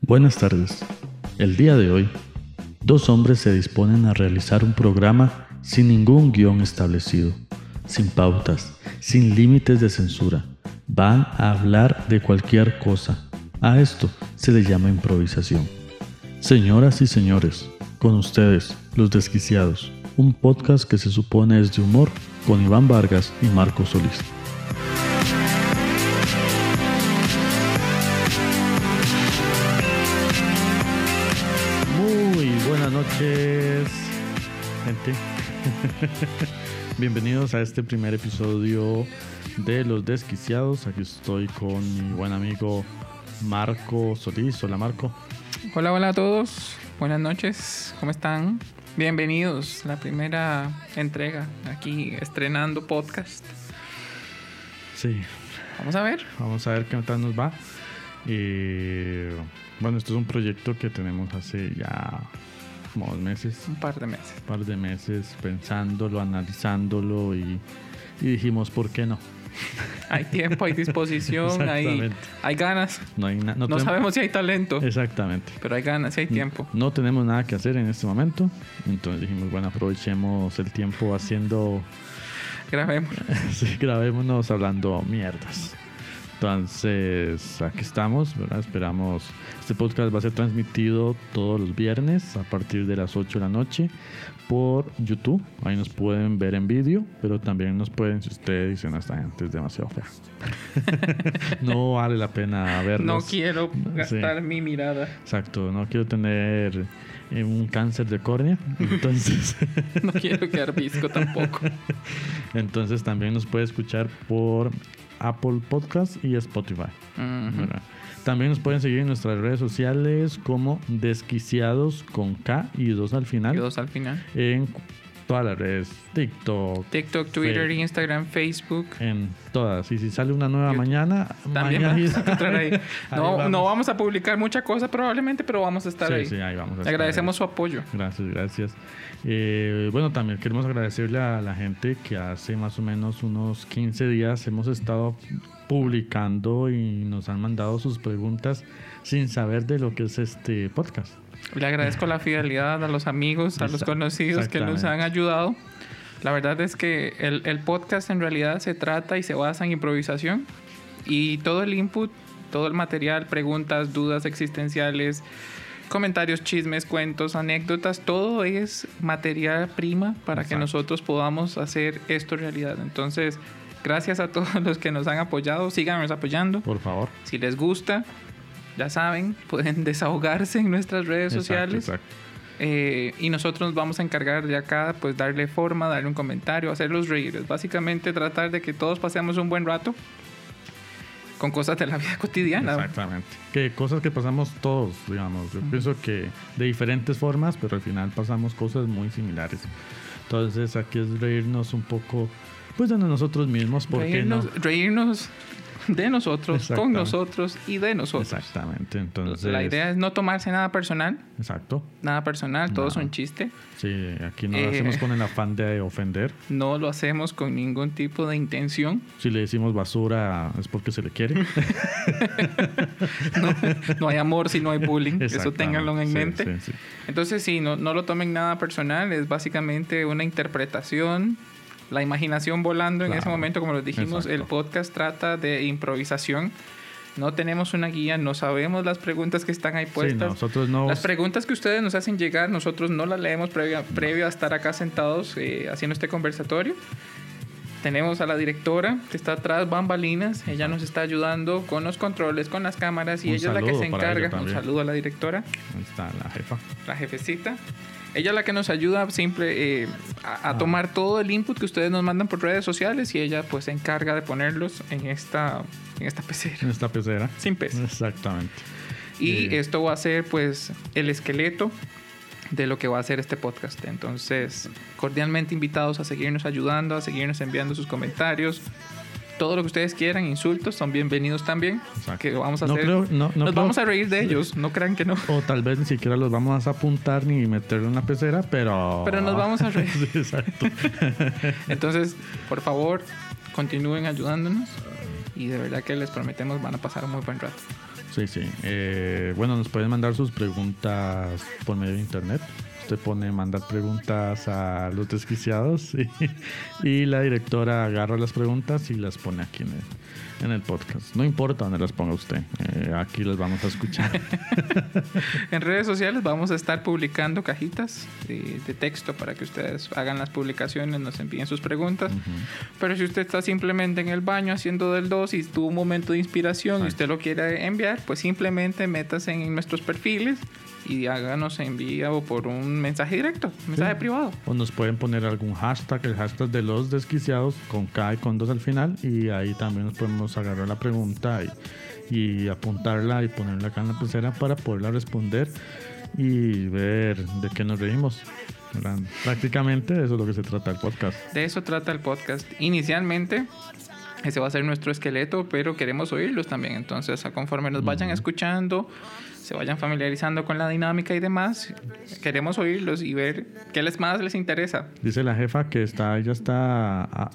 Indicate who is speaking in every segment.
Speaker 1: Buenas tardes. El día de hoy, dos hombres se disponen a realizar un programa sin ningún guión establecido, sin pautas, sin límites de censura. Van a hablar de cualquier cosa. A esto se le llama improvisación. Señoras y señores, con ustedes, Los Desquiciados, un podcast que se supone es de humor con Iván Vargas y Marco Solís. Muy buenas noches, gente. Bienvenidos a este primer episodio de Los Desquiciados. Aquí estoy con mi buen amigo Marco Solís. Hola Marco.
Speaker 2: Hola, hola a todos. Buenas noches. ¿Cómo están? Bienvenidos a la primera entrega aquí estrenando podcast.
Speaker 1: Sí,
Speaker 2: Vamos a ver.
Speaker 1: vamos a ver qué tal nos va. Eh, bueno, esto es un proyecto que tenemos hace ya como dos meses,
Speaker 2: Un par de meses.
Speaker 1: un par de meses, pensándolo, analizándolo y, y dijimos, ¿por qué no?
Speaker 2: Hay tiempo, hay disposición, hay,
Speaker 1: Exactamente.
Speaker 2: hay ganas.
Speaker 1: No, hay na- no
Speaker 2: No,
Speaker 1: tenemos-
Speaker 2: sabemos si hay talento,
Speaker 1: Exactamente.
Speaker 2: pero hay ganas, si hay tiempo.
Speaker 1: No tenemos nada que hacer en este momento, entonces dijimos, bueno, aprovechemos el tiempo haciendo
Speaker 2: Grabemos.
Speaker 1: Sí, grabémonos hablando mierdas. Entonces, aquí estamos, ¿verdad? Esperamos. Este podcast va a ser transmitido todos los viernes a partir de las 8 de la noche por YouTube. Ahí nos pueden ver en vídeo, pero también nos pueden, si ustedes dicen, hasta gente es demasiado fea. no vale la pena
Speaker 2: No
Speaker 1: verlos.
Speaker 2: quiero gastar mi mirada.
Speaker 1: Exacto, no quiero tener eh, un cáncer de córnea. Entonces.
Speaker 2: No quiero quedar visco tampoco.
Speaker 1: Entonces también nos puede escuchar por Apple Podcast y Spotify.
Speaker 2: Ujú.
Speaker 1: ¿verdad? También nos pueden seguir en nuestras redes sociales como Desquiciados con K y dos al
Speaker 2: Y
Speaker 1: final
Speaker 2: dos al final.
Speaker 1: en todas las redes, TikTok,
Speaker 2: TikTok, Twitter,
Speaker 1: Sí.
Speaker 2: Instagram, Facebook.
Speaker 1: en todas. Y si sale una nueva
Speaker 2: Yo-
Speaker 1: mañana,
Speaker 2: También
Speaker 1: mañana
Speaker 2: vamos a encontrar ahí.
Speaker 1: Ahí
Speaker 2: No,
Speaker 1: vamos.
Speaker 2: no vamos a publicar mucha cosa probablemente, pero vamos a estar
Speaker 1: Sí,
Speaker 2: ahí.
Speaker 1: sí, ahí vamos a
Speaker 2: Le
Speaker 1: estar.
Speaker 2: agradecemos su apoyo.
Speaker 1: Gracias, gracias. Eh, bueno, también queremos agradecerle a la gente que hace más o menos unos 15 días hemos estado publicando y nos han mandado sus preguntas sin saber de lo que es este podcast.
Speaker 2: Le agradezco la fidelidad a los amigos, a los
Speaker 1: Exact-
Speaker 2: conocidos que nos han
Speaker 1: exactamente.
Speaker 2: ayudado. La verdad es que el, el podcast en realidad se trata y se basa en improvisación y todo el input, todo el material, preguntas, dudas existenciales, comentarios, chismes, cuentos, anécdotas, todo es material prima para que
Speaker 1: Exacto.
Speaker 2: nosotros podamos hacer esto realidad. Entonces, gracias a todos los que nos han apoyado, síganos apoyando.
Speaker 1: Por favor.
Speaker 2: Si les gusta, ya saben, pueden desahogarse en nuestras redes
Speaker 1: Exacto,
Speaker 2: sociales.
Speaker 1: exacto.
Speaker 2: Eh, y nosotros nos vamos a encargar de acá, pues darle forma, darle un comentario, hacerlos reír. Básicamente tratar de que todos pasemos un buen rato con cosas de la vida cotidiana.
Speaker 1: Exactamente. Que cosas que pasamos todos, digamos. Yo pienso que de diferentes formas, pero al final pasamos cosas muy similares. Entonces aquí es reírnos un poco, pues de nosotros mismos, porque no.
Speaker 2: reírnos, reírnos de nosotros, con
Speaker 1: Exactamente.
Speaker 2: nosotros y de nosotros.
Speaker 1: Exactamente. Entonces.
Speaker 2: La idea es no tomarse nada personal,
Speaker 1: Exacto.
Speaker 2: nada personal, todo es
Speaker 1: No.
Speaker 2: un chiste.
Speaker 1: Sí, aquí no
Speaker 2: Eh.
Speaker 1: lo hacemos con el afán de ofender.
Speaker 2: No lo hacemos con ningún tipo de intención.
Speaker 1: Si le decimos basura es porque se le quiere.
Speaker 2: No, no hay amor si no hay bullying. Eso
Speaker 1: Exactamente.
Speaker 2: ténganlo en
Speaker 1: Sí,
Speaker 2: mente.
Speaker 1: sí, sí.
Speaker 2: Entonces, sí, no, no lo tomen nada personal, es básicamente una interpretación, la imaginación volando en ese
Speaker 1: Claro,
Speaker 2: momento, como les dijimos, el
Speaker 1: exacto.
Speaker 2: podcast trata de improvisación. No tenemos una guía, no sabemos las preguntas que están ahí
Speaker 1: Sí,
Speaker 2: puestas.
Speaker 1: nosotros no.
Speaker 2: las preguntas que ustedes nos hacen llegar, nosotros no las leemos previa- previo a estar acá sentados eh, haciendo este conversatorio. Tenemos a la directora que está atrás, bambalinas. Ella nos está ayudando con los controles, con las cámaras y
Speaker 1: Un
Speaker 2: ella es la que
Speaker 1: saludo
Speaker 2: se
Speaker 1: para ella
Speaker 2: encarga. Un
Speaker 1: también.
Speaker 2: saludo a la directora
Speaker 1: Ahí está la jefa.
Speaker 2: la jefecita. Ella es la que nos ayuda siempre eh, a, a
Speaker 1: Ah.
Speaker 2: tomar todo el input que ustedes nos mandan por redes sociales y ella pues se encarga de ponerlos en esta, en esta pecera,
Speaker 1: En esta pecera.
Speaker 2: sin peso.
Speaker 1: Exactamente.
Speaker 2: Y
Speaker 1: Eh.
Speaker 2: esto va a ser pues el esqueleto de lo que va a ser este podcast. Entonces, cordialmente invitados a seguirnos ayudando, a seguirnos enviando sus comentarios. Todo lo que ustedes quieran, insultos, son bienvenidos también.
Speaker 1: Exacto.
Speaker 2: Que vamos a
Speaker 1: No
Speaker 2: hacer.
Speaker 1: creo- no- no
Speaker 2: nos
Speaker 1: creo-
Speaker 2: vamos a reír de ellos, no crean que no.
Speaker 1: O tal vez ni siquiera los vamos a apuntar ni meterlo en la pecera, pero.
Speaker 2: Pero nos vamos a reír.
Speaker 1: Sí, exacto.
Speaker 2: Entonces, por favor, continúen ayudándonos y de verdad que les prometemos van a pasar un muy buen rato.
Speaker 1: Sí, sí. Eh, bueno, nos pueden mandar sus preguntas por medio de internet. Usted pone mandar preguntas a los desquiciados y, y la directora agarra las preguntas y las pone aquí en el, en el podcast. No importa dónde las ponga usted, eh, aquí las vamos a escuchar.
Speaker 2: En redes sociales vamos a estar publicando cajitas de, de texto para que ustedes hagan las publicaciones, nos envíen sus preguntas. Pero si usted está simplemente en el baño haciendo del 2 y tuvo un momento de inspiración y usted lo quiere enviar, pues simplemente métase en nuestros perfiles y háganos envía o por un mensaje directo, un mensaje privado.
Speaker 1: o nos pueden poner algún hashtag, el hashtag de los desquiciados con K y con dos al final y ahí también nos podemos agarrar la pregunta y, y apuntarla y ponerla acá en la pulsera para poderla responder y ver de qué nos reímos. ¿verdad? Prácticamente eso es lo que se trata el podcast.
Speaker 2: De eso trata el podcast. Inicialmente, ese va a ser nuestro esqueleto, pero queremos oírlos también. Entonces, a conforme nos vayan escuchando, se vayan familiarizando con la dinámica y demás, queremos oírlos y ver qué les más les interesa.
Speaker 1: Dice la jefa que está, ella está a-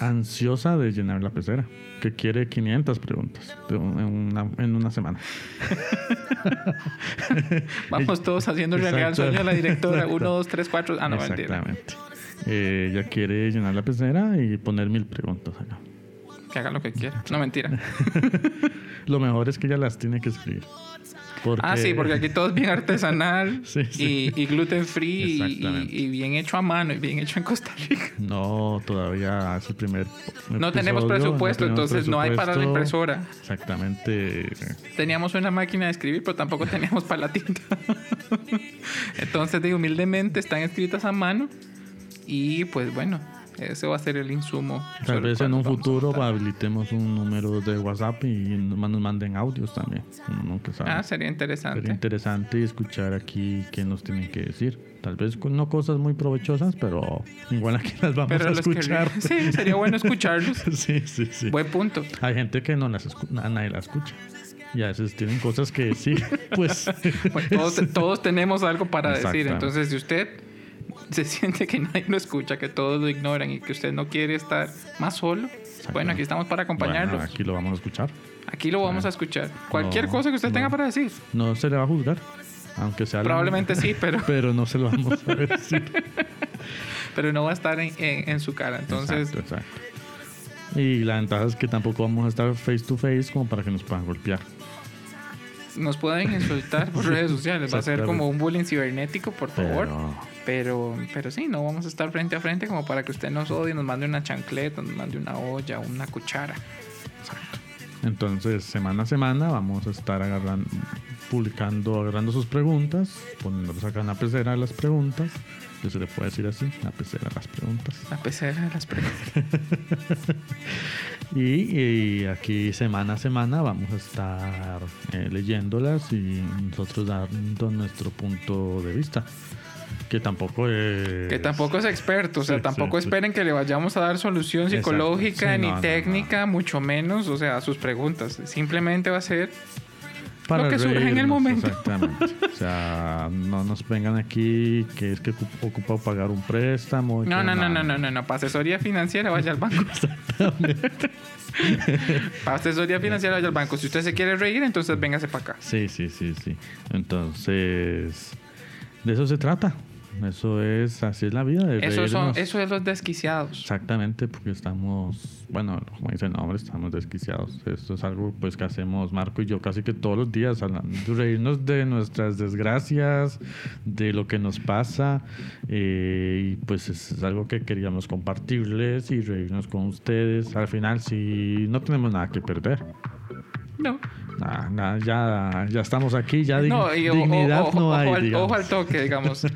Speaker 1: ansiosa de llenar la pecera, que quiere 500 preguntas de un- en, una, en una semana.
Speaker 2: Vamos todos haciendo realidad el
Speaker 1: Exacto.
Speaker 2: sueño de la directora.
Speaker 1: Exacto.
Speaker 2: Uno, dos, tres, cuatro. Ah, no, mentira.
Speaker 1: Exactamente. Eh, ella quiere llenar la pecera y poner mil preguntas acá.
Speaker 2: Que haga lo que quiera. No, mentira.
Speaker 1: Lo mejor es que ella las tiene que escribir. Porque,
Speaker 2: Ah, sí, porque aquí todo es bien artesanal
Speaker 1: Sí, sí.
Speaker 2: Y, y gluten free y- y,
Speaker 1: Exactamente.
Speaker 2: y bien hecho a mano y bien hecho en Costa Rica.
Speaker 1: No, todavía es el primer.
Speaker 2: No tenemos
Speaker 1: episodio,
Speaker 2: presupuesto,
Speaker 1: tenemos
Speaker 2: entonces no hay para la
Speaker 1: presupuesto.
Speaker 2: impresora.
Speaker 1: Exactamente.
Speaker 2: Teníamos una máquina de escribir, pero tampoco teníamos para la tinta. Entonces, de humildemente están escritas a mano y pues bueno, ese va a ser el insumo.
Speaker 1: Tal
Speaker 2: sobre
Speaker 1: vez
Speaker 2: el
Speaker 1: en
Speaker 2: cual
Speaker 1: un
Speaker 2: vamos a
Speaker 1: futuro
Speaker 2: tratar.
Speaker 1: habilitemos un número de WhatsApp y nos nos manden audios también. Uno nunca sabe.
Speaker 2: Ah, sería interesante.
Speaker 1: Sería interesante escuchar aquí qué nos tienen que decir. Tal vez con- no cosas muy provechosas, pero igual aquí las vamos
Speaker 2: pero
Speaker 1: a
Speaker 2: los que-
Speaker 1: escuchar.
Speaker 2: Sí, sería bueno escucharlos.
Speaker 1: sí, sí, sí.
Speaker 2: Buen punto.
Speaker 1: Hay gente que no las escu- na- nadie las escucha. Y a veces tienen cosas que decir, pues.
Speaker 2: Bueno, todos, todos tenemos algo para decir.
Speaker 1: Exactamente.
Speaker 2: Entonces, si usted se siente que nadie lo escucha, que todos lo ignoran y que usted no quiere estar más solo, bueno, aquí estamos para acompañarlos.
Speaker 1: Bueno, aquí lo vamos a escuchar.
Speaker 2: Aquí lo vamos a escuchar. Cualquier
Speaker 1: No,
Speaker 2: cosa que usted
Speaker 1: no.
Speaker 2: tenga para decir,
Speaker 1: No se le va a juzgar, aunque sea. la-
Speaker 2: probablemente sí, pero,
Speaker 1: Pero no se lo vamos a decir.
Speaker 2: pero no va a estar en, en- en su cara. Entonces,
Speaker 1: Exacto, exacto. Y la ventaja es que tampoco vamos a estar face to face como para que nos puedan golpear.
Speaker 2: nos pueden insultar por redes sociales. Va a ser
Speaker 1: Exactamente.
Speaker 2: como un bullying cibernético, por favor.
Speaker 1: Pero
Speaker 2: Pero, pero sí, no vamos a estar frente a frente como para que usted nos odie, nos mande una chancleta, nos mande una olla, una cuchara.
Speaker 1: Entonces, semana a semana vamos a estar agarrando, publicando, agarrando sus preguntas, poniéndolas acá en la pecera de las preguntas. Yo se le puede decir así, la pecera de las preguntas.
Speaker 2: A pesar de las preguntas.
Speaker 1: Y, y aquí semana a semana vamos a estar eh, leyéndolas y nosotros dando nuestro punto de vista. Que tampoco es...
Speaker 2: Que tampoco es experto, o sea,
Speaker 1: Sí,
Speaker 2: tampoco
Speaker 1: sí, sí.
Speaker 2: esperen que le vayamos a dar solución
Speaker 1: Exacto.
Speaker 2: psicológica
Speaker 1: Sí,
Speaker 2: ni
Speaker 1: no, no,
Speaker 2: técnica, mucho menos, o sea, a sus preguntas. Simplemente va a ser Lo que surja en el
Speaker 1: reírnos,
Speaker 2: momento.
Speaker 1: Exactamente. O sea, no nos vengan aquí que es que ocup- ocupa pagar un préstamo. y
Speaker 2: No,
Speaker 1: que
Speaker 2: no, no, no,
Speaker 1: nada.
Speaker 2: no, no, no. Para asesoría financiera vaya al banco. Para asesoría financiera vaya al banco. Si usted se quiere reír, entonces véngase para acá.
Speaker 1: Sí, sí, sí, sí. Entonces, de eso se trata. Eso es, así es la vida. de
Speaker 2: Eso, son,
Speaker 1: reírnos.
Speaker 2: eso es los desquiciados.
Speaker 1: Exactamente, porque estamos, bueno, como dice el nombre, estamos desquiciados. Esto es algo pues que hacemos Marco y yo casi que todos los días, hablando, reírnos de nuestras desgracias, de lo que nos pasa, eh, y pues es, es algo que queríamos compartirles y reírnos con ustedes. Al final, si no tenemos nada que perder,
Speaker 2: No.
Speaker 1: nada, nada, ya, ya estamos aquí, ya dig-
Speaker 2: No, y o- o-
Speaker 1: dignidad
Speaker 2: ojo-
Speaker 1: no
Speaker 2: ojo
Speaker 1: hay.
Speaker 2: al-
Speaker 1: digamos.
Speaker 2: ojo al toque, digamos.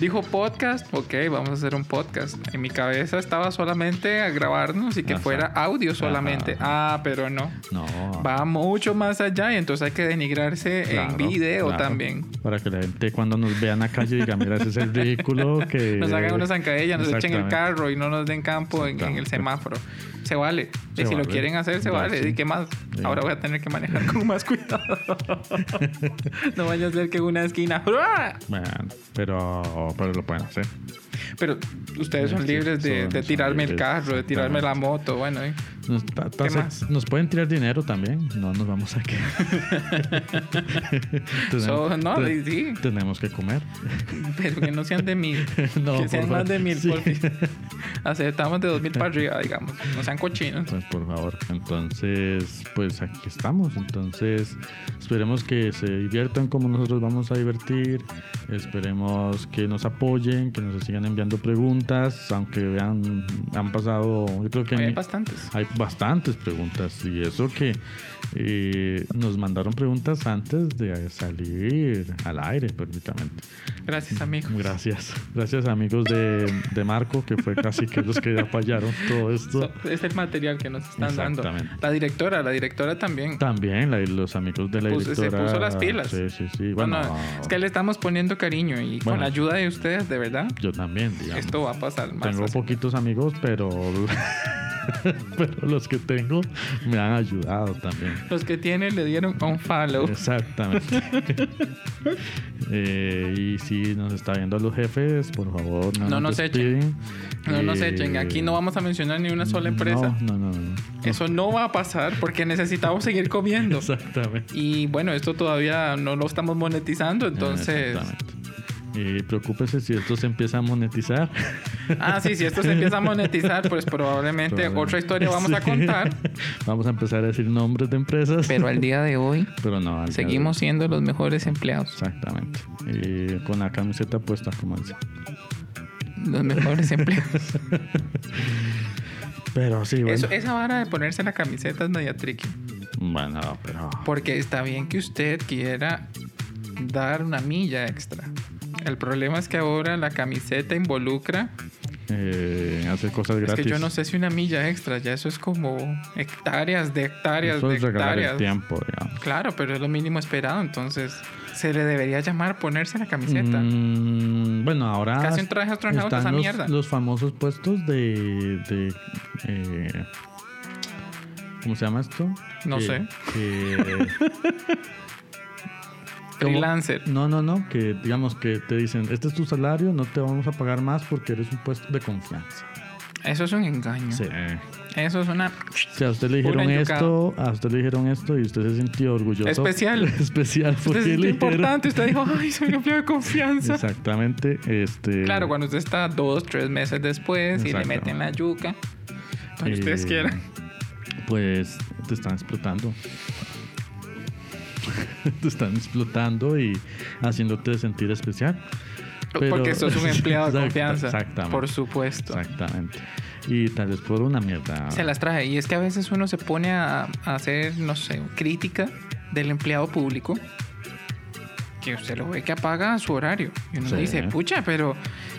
Speaker 2: Dijo podcast, ok, vamos a hacer un podcast. En mi cabeza estaba solamente a grabarnos y que
Speaker 1: Ajá.
Speaker 2: fuera audio
Speaker 1: Ajá,
Speaker 2: solamente. Ah, pero no.
Speaker 1: No,
Speaker 2: Va mucho más allá y entonces hay que denigrarse
Speaker 1: Claro,
Speaker 2: en video
Speaker 1: claro.
Speaker 2: también.
Speaker 1: Para que la gente cuando nos vean acá calle diga, mira, ese es el ridículo que...
Speaker 2: Nos hagan una zancadilla, nos echen el
Speaker 1: Exactamente.
Speaker 2: carro y no nos den campo en, en el
Speaker 1: Exactamente.
Speaker 2: semáforo. Se vale.
Speaker 1: Se
Speaker 2: y si lo
Speaker 1: vale.
Speaker 2: quieren hacer, se
Speaker 1: Ya,
Speaker 2: vale.
Speaker 1: sí.
Speaker 2: ¿Y qué más?
Speaker 1: Sí.
Speaker 2: Ahora voy a tener que manejar con más cuidado. no vaya a ser que en una esquina. ¡ruah!
Speaker 1: Bueno, pero, pero lo pueden hacer.
Speaker 2: Pero ustedes son
Speaker 1: Sí,
Speaker 2: libres de,
Speaker 1: son-
Speaker 2: de
Speaker 1: son
Speaker 2: tirarme el
Speaker 1: libres,
Speaker 2: carro, de tirarme la moto, bueno. ¿eh?
Speaker 1: Nos, pa- pasa-
Speaker 2: más?
Speaker 1: nos pueden tirar dinero también. No nos vamos a quedar. tenemos,
Speaker 2: So, no,
Speaker 1: te-
Speaker 2: sí,
Speaker 1: tenemos que comer.
Speaker 2: pero que no sean de mil.
Speaker 1: No,
Speaker 2: que sean
Speaker 1: por
Speaker 2: más de
Speaker 1: favor.
Speaker 2: mil,
Speaker 1: Sí.
Speaker 2: por Aceptamos de dos mil para arriba, digamos. No sean cochinos.
Speaker 1: Pues, por favor. Entonces, pues aquí estamos. Entonces, esperemos que se diviertan como nosotros vamos a divertir. Esperemos que nos apoyen, que nos sigan enviando preguntas, aunque vean, han pasado, yo creo que
Speaker 2: Hay
Speaker 1: ni-
Speaker 2: bastantes.
Speaker 1: hay bastantes preguntas y eso que eh, nos mandaron preguntas antes de salir al aire, prácticamente.
Speaker 2: Gracias, amigo.
Speaker 1: Gracias. Gracias amigos de, de Marco, que fue casi que los que apoyaron todo esto.
Speaker 2: So, es el material que nos están dando.
Speaker 1: Exactamente.
Speaker 2: La directora, la directora también.
Speaker 1: También la- los amigos de la
Speaker 2: Pues, se
Speaker 1: directora.
Speaker 2: puso las pilas.
Speaker 1: Sí, sí, sí.
Speaker 2: No,
Speaker 1: Bueno,
Speaker 2: no, es que le estamos poniendo cariño y con
Speaker 1: Bueno.
Speaker 2: la ayuda de ustedes, de verdad,
Speaker 1: yo también, digamos.
Speaker 2: esto va a pasar más.
Speaker 1: tengo
Speaker 2: fácil.
Speaker 1: poquitos amigos, pero... pero los que tengo me han ayudado también.
Speaker 2: Los que tienen le dieron un follow.
Speaker 1: Exactamente. Eh, y si nos está viendo los jefes, por favor, no,
Speaker 2: No nos echen.
Speaker 1: despiden.
Speaker 2: No nos
Speaker 1: Eh,
Speaker 2: echen, aquí no vamos a mencionar ni una sola empresa.
Speaker 1: No, no, no. no.
Speaker 2: Eso no va a pasar porque necesitamos seguir comiendo.
Speaker 1: Exactamente.
Speaker 2: Y bueno, esto todavía no lo estamos monetizando, entonces...
Speaker 1: Exactamente. Y preocúpese si esto se empieza a monetizar.
Speaker 2: Ah, sí, si esto se empieza a monetizar, pues probablemente
Speaker 1: Probablemente.
Speaker 2: otra historia vamos a
Speaker 1: Sí.
Speaker 2: contar.
Speaker 1: Vamos a empezar a decir nombres de empresas.
Speaker 2: Pero al día de hoy
Speaker 1: Pero no. al día de-
Speaker 2: seguimos siendo los mejores empleados.
Speaker 1: Exactamente. Y con la camiseta puesta, como dice.
Speaker 2: Los mejores empleados.
Speaker 1: Pero sí, bueno.
Speaker 2: Eso- esa vara de ponerse la camiseta es media tricky.
Speaker 1: Bueno, pero.
Speaker 2: Porque está bien que usted quiera dar una milla extra. El problema es que ahora la camiseta involucra.
Speaker 1: eh, hacer cosas gratis.
Speaker 2: Es que yo no sé si una milla extra, ya eso es como hectáreas de hectáreas
Speaker 1: Eso
Speaker 2: de
Speaker 1: es regalar el
Speaker 2: hectáreas.
Speaker 1: tiempo, digamos.
Speaker 2: Claro, pero es lo mínimo esperado, entonces se le debería llamar ponerse la camiseta.
Speaker 1: Mm, bueno, ahora
Speaker 2: Casi un traje de astronauta
Speaker 1: están
Speaker 2: esa
Speaker 1: los,
Speaker 2: mierda.
Speaker 1: los famosos puestos de... de, eh, ¿Cómo se llama esto?
Speaker 2: No
Speaker 1: Que-
Speaker 2: sé.
Speaker 1: que- ¿Cómo?
Speaker 2: Freelancer.
Speaker 1: no, no, no. Que digamos que te dicen, este es tu salario, no te vamos a pagar más porque eres un puesto de confianza.
Speaker 2: Eso es un engaño.
Speaker 1: Sí.
Speaker 2: Eso es una
Speaker 1: Si a usted le
Speaker 2: Pura
Speaker 1: dijeron
Speaker 2: yucada.
Speaker 1: esto, a usted le dijeron esto y usted se sintió orgulloso.
Speaker 2: Especial.
Speaker 1: Especial
Speaker 2: Usted
Speaker 1: porque
Speaker 2: se
Speaker 1: le
Speaker 2: sintió
Speaker 1: dijeron-
Speaker 2: importante. Usted dijo, ay, soy empleado de confianza.
Speaker 1: Exactamente. Este,
Speaker 2: Claro, cuando usted está dos, tres meses después y le
Speaker 1: Exacto.
Speaker 2: meten la yuca. Cuando ustedes
Speaker 1: Eh,
Speaker 2: quieran.
Speaker 1: Pues te están explotando. te están explotando y haciéndote sentir especial. pero-
Speaker 2: Porque sos un empleado de
Speaker 1: Exacta-
Speaker 2: confianza.
Speaker 1: exactamente.
Speaker 2: Por supuesto.
Speaker 1: Exactamente. Y tal vez por una mierda.
Speaker 2: Se las traje. Y es que a veces uno se pone a, a hacer, no sé, crítica del empleado público. Que usted lo ve que apaga su horario. Y uno
Speaker 1: Sí.
Speaker 2: dice, pucha, pero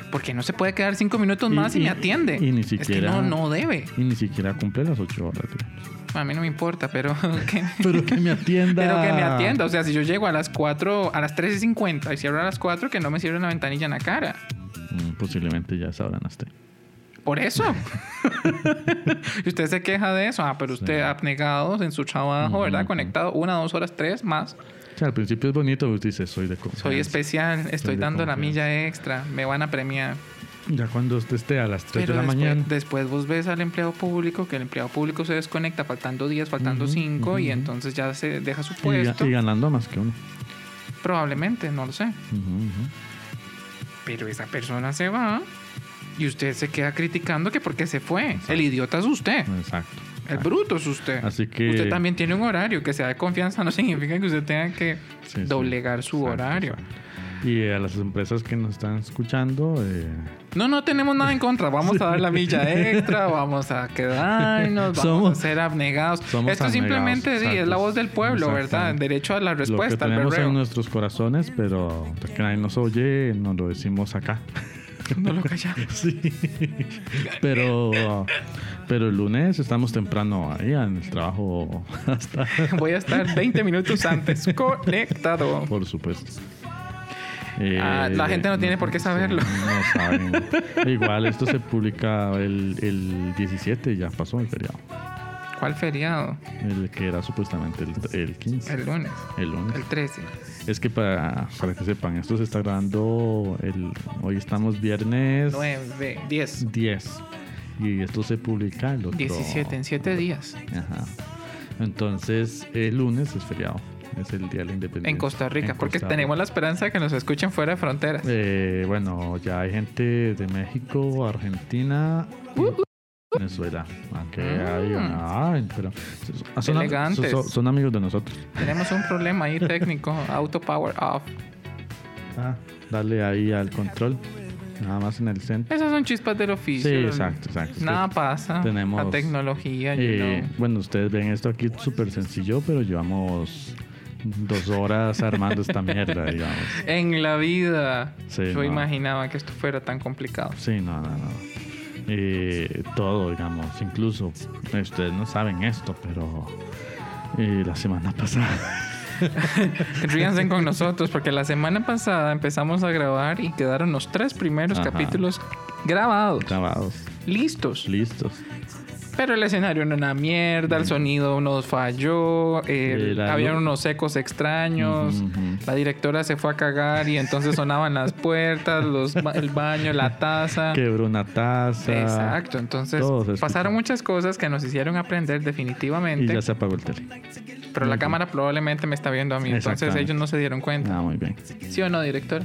Speaker 2: ¿por qué no se puede quedar cinco minutos
Speaker 1: Y-
Speaker 2: más y,
Speaker 1: y-
Speaker 2: me atiende?
Speaker 1: y ni
Speaker 2: Es que
Speaker 1: siquiera-
Speaker 2: no, no debe.
Speaker 1: Y ni siquiera cumple las ocho horas. digamos.
Speaker 2: A mí no me importa, pero que,
Speaker 1: Pero que me atienda.
Speaker 2: pero que me atienda. O sea, si yo llego a las 4, a las 3 y 50 y cierro a las 4, que no me cierren la ventanilla en la cara.
Speaker 1: Mm, Posiblemente ya sabrán hasta.
Speaker 2: Por eso. y usted se queja de eso. Ah, pero usted
Speaker 1: Sí.
Speaker 2: abnegado en su trabajo,
Speaker 1: Ujú,
Speaker 2: ¿verdad?
Speaker 1: ujú.
Speaker 2: Conectado una, dos horas, tres más.
Speaker 1: O sea, al principio es bonito, pues dices, soy de confianza.
Speaker 2: Soy especial, estoy
Speaker 1: de
Speaker 2: dando la
Speaker 1: confianza.
Speaker 2: milla extra, me van a premiar.
Speaker 1: Ya cuando usted esté a las 3
Speaker 2: Pero
Speaker 1: de la
Speaker 2: después,
Speaker 1: mañana.
Speaker 2: después vos ves al empleado público, que el empleado público se desconecta faltando 10, faltando
Speaker 1: Ujú,
Speaker 2: 5 y
Speaker 1: ujú.
Speaker 2: entonces ya se deja su
Speaker 1: Y, ga-
Speaker 2: puesto.
Speaker 1: y ganando más que uno.
Speaker 2: Probablemente, no lo sé.
Speaker 1: Ujú, ujú.
Speaker 2: Pero esa persona se va y usted se queda criticando que porque se fue. El idiota es usted.
Speaker 1: Exacto.
Speaker 2: El bruto es usted.
Speaker 1: Así que-
Speaker 2: Usted también tiene un horario. Que sea de confianza no significa que usted tenga que
Speaker 1: Sí, sí.
Speaker 2: doblegar su
Speaker 1: Exacto,
Speaker 2: horario.
Speaker 1: exacto. Y a las empresas que nos están escuchando, eh,
Speaker 2: No, no tenemos nada en contra. Vamos a dar la milla extra, vamos a quedarnos, vamos
Speaker 1: Somos-
Speaker 2: a ser abnegados.
Speaker 1: somos
Speaker 2: Esto simplemente
Speaker 1: abnegados,
Speaker 2: sí, es la
Speaker 1: exactos.
Speaker 2: voz del pueblo, ¿verdad?
Speaker 1: Exactamente.
Speaker 2: Derecho a la
Speaker 1: lo que
Speaker 2: respuesta, al
Speaker 1: tenemos
Speaker 2: berreo.
Speaker 1: en nuestros corazones, pero pues, que nadie nos oye, nos lo decimos acá.
Speaker 2: No lo callamos.
Speaker 1: Sí. Pero, pero el lunes estamos temprano ahí en el trabajo hasta,
Speaker 2: Voy a estar 20 minutos antes conectado.
Speaker 1: por supuesto. Eh,
Speaker 2: Ah, la gente no tiene por qué saberlo.
Speaker 1: sí, no saben. Igual esto se publica el, el 17, ya pasó el feriado.
Speaker 2: ¿Cuál feriado?
Speaker 1: El que era supuestamente el, el 15.
Speaker 2: El lunes,
Speaker 1: El lunes.
Speaker 2: el 13.
Speaker 1: Es que para, para que sepan, esto se está grabando el. Hoy estamos viernes
Speaker 2: 9, 10,
Speaker 1: 10. Y esto se publica el otro.
Speaker 2: 17, en 7 días.
Speaker 1: Ajá. Entonces, el lunes es feriado. Es el día de la independencia.
Speaker 2: En Costa Rica,
Speaker 1: En
Speaker 2: porque
Speaker 1: Costa
Speaker 2: tenemos la esperanza de que nos escuchen fuera de fronteras.
Speaker 1: Eh, bueno, ya hay gente de México, Argentina, y Venezuela. Aunque hay una- ay, pero son- son,
Speaker 2: Elegantes.
Speaker 1: son- son amigos de nosotros.
Speaker 2: Tenemos un problema ahí técnico, auto power off.
Speaker 1: Ah, dale ahí al control. Nada más en el centro.
Speaker 2: Esas son chispas del oficio.
Speaker 1: Sí, exacto, exacto.
Speaker 2: Nada pasa.
Speaker 1: tenemos-
Speaker 2: La tecnología, you
Speaker 1: Eh,
Speaker 2: know.
Speaker 1: bueno, ustedes ven esto aquí súper sencillo, pero llevamos dos horas armando esta mierda, digamos.
Speaker 2: En la vida.
Speaker 1: Sí,
Speaker 2: yo
Speaker 1: no.
Speaker 2: imaginaba que esto fuera tan complicado.
Speaker 1: Sí, no, no, no. Eh, todo, digamos, incluso ustedes no saben esto, pero eh, la semana pasada.
Speaker 2: Ríanse con nosotros, porque la semana pasada empezamos a grabar y quedaron los tres primeros
Speaker 1: Ajá.
Speaker 2: capítulos grabados,
Speaker 1: Grabados,
Speaker 2: listos.
Speaker 1: listos.
Speaker 2: Pero el escenario era una mierda, el sonido nos falló, el-
Speaker 1: Eh, Mm. la
Speaker 2: había
Speaker 1: luz.
Speaker 2: unos ecos extraños,
Speaker 1: Ujú, ujú.
Speaker 2: la directora se fue a cagar y entonces sonaban las puertas, los ba- el baño, la taza.
Speaker 1: Quebró una taza.
Speaker 2: Exacto, entonces
Speaker 1: todo se escucha.
Speaker 2: pasaron muchas cosas que nos hicieron aprender
Speaker 1: Y
Speaker 2: definitivamente,
Speaker 1: ya se apagó el tele.
Speaker 2: pero la cámara probablemente me está viendo a mí, entonces
Speaker 1: Exactamente.
Speaker 2: ellos no se dieron cuenta.
Speaker 1: Ah, muy bien.
Speaker 2: ¿Sí o no, director?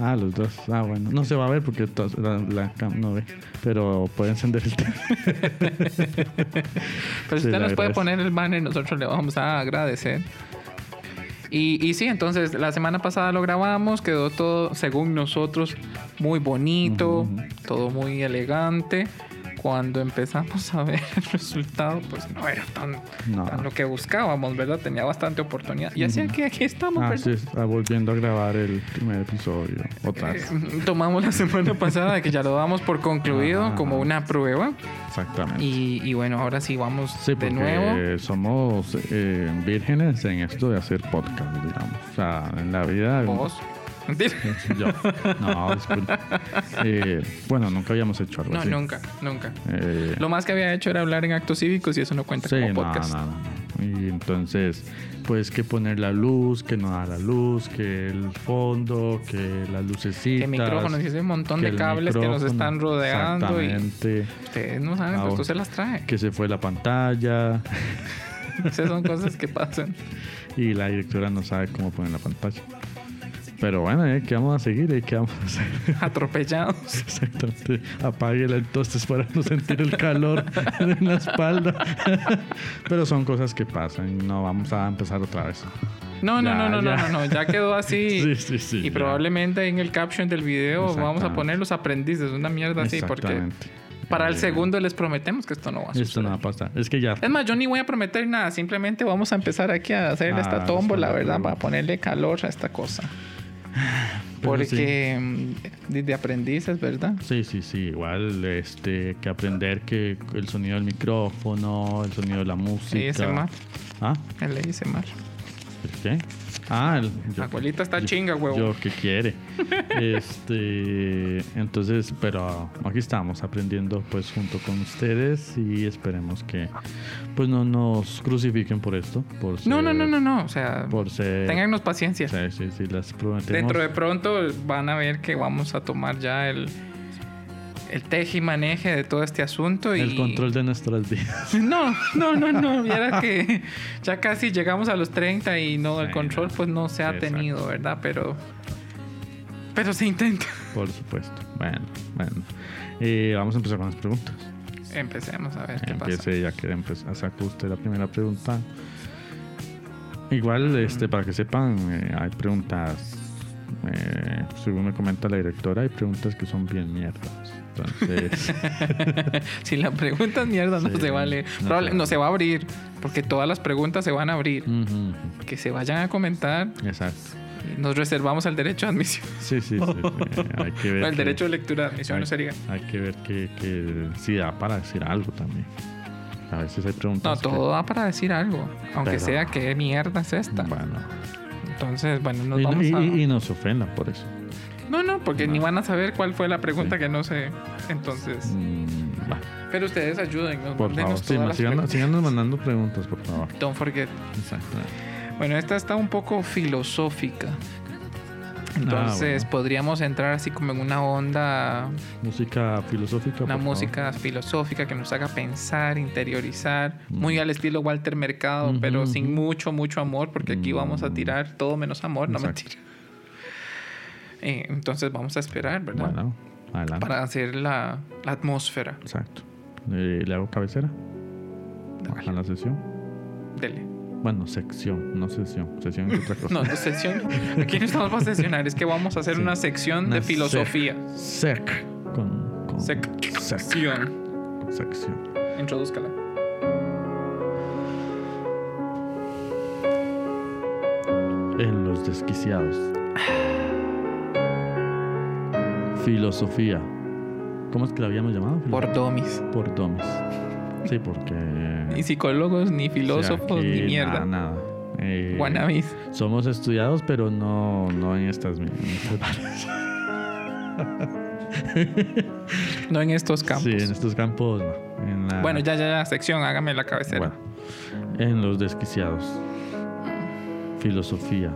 Speaker 1: Ah, los dos. Ah, bueno. No se va a ver porque to- la, la cam no ve. Pero puede encender el tele.
Speaker 2: Pero si
Speaker 1: Sí,
Speaker 2: Pues usted
Speaker 1: le
Speaker 2: nos puede
Speaker 1: agradezco.
Speaker 2: poner el banner, nosotros le vamos a agradecer. Y, y sí, entonces la semana pasada lo grabamos, quedó todo, según nosotros, muy bonito, todo muy elegante. Cuando empezamos a ver el resultado, pues no era tan,
Speaker 1: No.
Speaker 2: tan lo que buscábamos, ¿verdad? Tenía bastante oportunidad. Y así que aquí estamos,
Speaker 1: Ah,
Speaker 2: ¿verdad?
Speaker 1: sí, está volviendo a grabar el primer episodio. Otra vez.
Speaker 2: Eh, Tomamos la semana pasada que ya lo damos por concluido
Speaker 1: Ajá.
Speaker 2: como una prueba.
Speaker 1: Exactamente.
Speaker 2: Y, y bueno, ahora sí vamos
Speaker 1: Sí,
Speaker 2: de
Speaker 1: porque
Speaker 2: nuevo.
Speaker 1: somos eh, vírgenes en esto de hacer podcast, digamos. O sea, en la vida.
Speaker 2: Vos. Mentira.
Speaker 1: Yo. No, disculpe. Eh, bueno, nunca habíamos hecho algo
Speaker 2: No,
Speaker 1: así.
Speaker 2: nunca, nunca.
Speaker 1: Eh,
Speaker 2: Lo más que había hecho era hablar en actos cívicos y eso no cuenta
Speaker 1: sí,
Speaker 2: como
Speaker 1: no,
Speaker 2: podcast.
Speaker 1: no, no, no. Y entonces, pues que poner la luz, que no da la luz, que el fondo, que las lucecitas.
Speaker 2: Que micrófonos y ese montón
Speaker 1: que
Speaker 2: de
Speaker 1: el
Speaker 2: cables que nos
Speaker 1: micrófono.
Speaker 2: están rodeando y
Speaker 1: Exactamente.
Speaker 2: ustedes no saben, pues
Speaker 1: Ahora.
Speaker 2: tú se las trae.
Speaker 1: Que se fue la pantalla
Speaker 2: Esas son cosas que pasan.
Speaker 1: y la directora no sabe cómo poner la pantalla. Pero bueno, eh, ¿qué vamos a seguir? Eh? ¿Qué vamos a hacer?
Speaker 2: Atropellados.
Speaker 1: Exactamente. Apáguela entonces para no sentir el calor en la espalda. Pero son cosas que pasan. No vamos a empezar otra vez.
Speaker 2: No, no,
Speaker 1: Ya,
Speaker 2: no, no, no,
Speaker 1: ya.
Speaker 2: no, no, ya quedó así.
Speaker 1: Sí, sí, sí,
Speaker 2: y
Speaker 1: ya.
Speaker 2: probablemente en el caption del video vamos a
Speaker 1: Exactamente.
Speaker 2: poner los aprendices, una mierda así, Pues porque
Speaker 1: Exactamente.
Speaker 2: para el
Speaker 1: Eh,
Speaker 2: segundo les prometemos que esto no va a suceder.
Speaker 1: Esto no va a pasar. Es que ya.
Speaker 2: Es más, yo ni voy a prometer nada, simplemente vamos a empezar aquí a hacer
Speaker 1: Ah,
Speaker 2: esta tómbola,
Speaker 1: está bien.
Speaker 2: ¿verdad? Para ponerle calor a esta cosa.
Speaker 1: pero
Speaker 2: Porque mm, de, de aprendices, ¿verdad?
Speaker 1: Sí, sí, sí. Igual este, que aprender que el sonido del micrófono, el sonido de la música.
Speaker 2: Sí, ese mal.
Speaker 1: ¿Ah?
Speaker 2: Él le dice mal.
Speaker 1: ¿El qué? Ah, el, yo-
Speaker 2: Abuelita está
Speaker 1: yo-
Speaker 2: chinga, huevo.
Speaker 1: Yo que quiere. este, entonces, pero aquí estamos aprendiendo pues junto con ustedes y esperemos que pues no nos crucifiquen por esto, por ser,
Speaker 2: no, no, no, no, no. O sea,
Speaker 1: por ser
Speaker 2: téngannos paciencia.
Speaker 1: Pues, eh, sí, sí, sí, les prometemos.
Speaker 2: Dentro de pronto van a ver que vamos a tomar ya el, el teje y maneje de todo este asunto. Y...
Speaker 1: el control de nuestras vidas.
Speaker 2: No, no, no, no. Viera que ya casi llegamos a los 30 y no, el
Speaker 1: Sí,
Speaker 2: control
Speaker 1: no.
Speaker 2: pues no se ha
Speaker 1: Sí, exacto.
Speaker 2: tenido, ¿verdad? Pero. Pero se intenta.
Speaker 1: Por supuesto. Bueno, bueno. Eh, vamos a empezar con las preguntas.
Speaker 2: Empecemos a ver qué pasa.
Speaker 1: Empiece ya que empezó. Sacó usted la primera pregunta. Igual, este, para que sepan, eh, hay preguntas. eh, según me comenta la directora, hay preguntas que son bien mierdas. Entonces,
Speaker 2: Si la pregunta es mierda, no
Speaker 1: Sí,
Speaker 2: se vale.
Speaker 1: no
Speaker 2: No,
Speaker 1: se vale.
Speaker 2: no se va a abrir. Porque todas las preguntas se van a abrir.
Speaker 1: ujú,
Speaker 2: Que se vayan a comentar.
Speaker 1: exacto.
Speaker 2: Nos reservamos el derecho de admisión.
Speaker 1: Sí, sí, sí. sí. Hay que ver.
Speaker 2: El
Speaker 1: que-
Speaker 2: derecho de lectura de admisión
Speaker 1: hay,
Speaker 2: no sería.
Speaker 1: Hay que ver que, que sí da para decir algo también. A veces hay
Speaker 2: No,
Speaker 1: preguntas. que-
Speaker 2: todo da para decir algo. Aunque
Speaker 1: Pero-
Speaker 2: sea qué mierda es esta.
Speaker 1: Bueno.
Speaker 2: Entonces, bueno, nos
Speaker 1: Y, no-
Speaker 2: vamos
Speaker 1: y-
Speaker 2: a.
Speaker 1: y- y nos ofendan por eso.
Speaker 2: No, no, porque
Speaker 1: No.
Speaker 2: ni van a saber cuál fue la pregunta
Speaker 1: Sí.
Speaker 2: que no sé. Entonces,
Speaker 1: Mm, va.
Speaker 2: Pero ustedes
Speaker 1: Por
Speaker 2: ayúdennos.
Speaker 1: favor,
Speaker 2: mándenos
Speaker 1: sí,
Speaker 2: todas
Speaker 1: ma-
Speaker 2: las
Speaker 1: sigan,
Speaker 2: preguntas.
Speaker 1: síganos mandando preguntas, por favor.
Speaker 2: Don't forget.
Speaker 1: Exacto.
Speaker 2: Bueno, esta está un poco filosófica.
Speaker 1: Ah,
Speaker 2: Entonces podríamos entrar así como en una onda,
Speaker 1: Música filosófica. por
Speaker 2: una
Speaker 1: favor.
Speaker 2: música filosófica que nos haga pensar, interiorizar, muy al estilo Walter Mercado,
Speaker 1: Ujú,
Speaker 2: pero
Speaker 1: ujú. Mm.
Speaker 2: sin mucho, mucho amor, porque aquí vamos a tirar todo menos amor, no
Speaker 1: Exacto.
Speaker 2: mentira. Eh, entonces vamos a esperar, ¿verdad?
Speaker 1: Bueno, adelante.
Speaker 2: Para hacer la, la atmósfera.
Speaker 1: Exacto. Eh, ¿Le hago cabecera a la sesión?
Speaker 2: Dele.
Speaker 1: Bueno, sección, no sesión. Sesión es otra cosa.
Speaker 2: No, no sesión. Aquí no estamos para sesionar, es que vamos a hacer
Speaker 1: Sí.
Speaker 2: una sección
Speaker 1: Una
Speaker 2: de filosofía.
Speaker 1: Sec. Con, con
Speaker 2: Sec-
Speaker 1: sec-
Speaker 2: Sección.
Speaker 1: Sección.
Speaker 2: Introdúzcala.
Speaker 3: en los desquiciados. Filosofía. ¿Cómo es que la habíamos llamado?
Speaker 2: Por domis.
Speaker 3: Por domis. Sí, porque.
Speaker 2: Ni psicólogos, ni filósofos,
Speaker 1: Sí,
Speaker 2: ni
Speaker 1: aquí
Speaker 2: mierda.
Speaker 1: Nada, nada. Eh,
Speaker 2: Wannabis.
Speaker 1: Somos estudiados, pero no, no en estas. En estas
Speaker 2: No en estos campos.
Speaker 1: Sí, en estos campos no. En la-
Speaker 2: Bueno, ya, ya, ya, sección, hágame la cabecera.
Speaker 1: Bueno,
Speaker 3: En los desquiciados. Filosofía.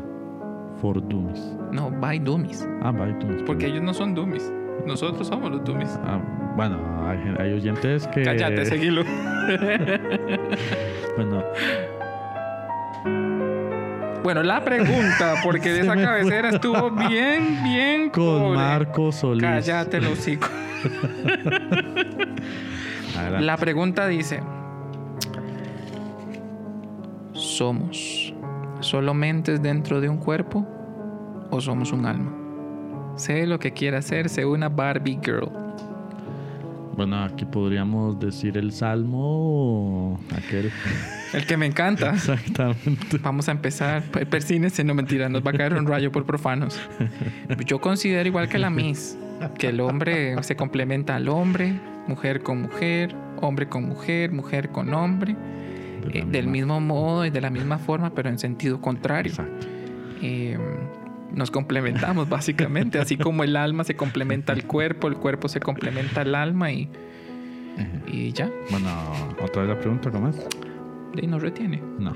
Speaker 3: For dummies.
Speaker 2: No, by dummies.
Speaker 1: Ah, va, iTunes,
Speaker 2: Porque
Speaker 1: perdón.
Speaker 2: ellos no son dummies. Nosotros somos los dummies.
Speaker 1: Ah, bueno, hay, gen- hay oyentes que.
Speaker 2: Cállate, seguilo.
Speaker 1: Bueno,
Speaker 2: Bueno, la pregunta, porque de
Speaker 1: Se
Speaker 2: esa
Speaker 1: me fue.
Speaker 2: cabecera estuvo bien, bien
Speaker 1: con
Speaker 2: pobre.
Speaker 1: Marco Solís.
Speaker 2: Cállate, los hocico.
Speaker 1: Adelante.
Speaker 2: La pregunta dice: ¿Somos solo mentes dentro de un cuerpo o somos un alma? Sé lo que quiera hacerse una Barbie Girl.
Speaker 3: Bueno, aquí podríamos decir el salmo. o Aquel.
Speaker 2: El que me encanta.
Speaker 3: Exactamente.
Speaker 2: Vamos a empezar. Per- Persínense, no mentira, nos va a caer un rayo por profanos. Yo considero igual que la Miss, que el hombre se complementa al hombre, mujer con mujer, hombre con mujer, mujer con hombre,
Speaker 1: De la
Speaker 2: eh, del
Speaker 1: misma-
Speaker 2: mismo modo y de la misma forma, pero en sentido contrario.
Speaker 1: Exacto.
Speaker 2: Eh, nos complementamos básicamente, así como el alma se complementa al cuerpo, el cuerpo se complementa al alma y,
Speaker 1: Ajá.
Speaker 2: y ya,
Speaker 1: Bueno, otra vez la pregunta, ¿cómo es?
Speaker 2: y nos retiene.
Speaker 1: No.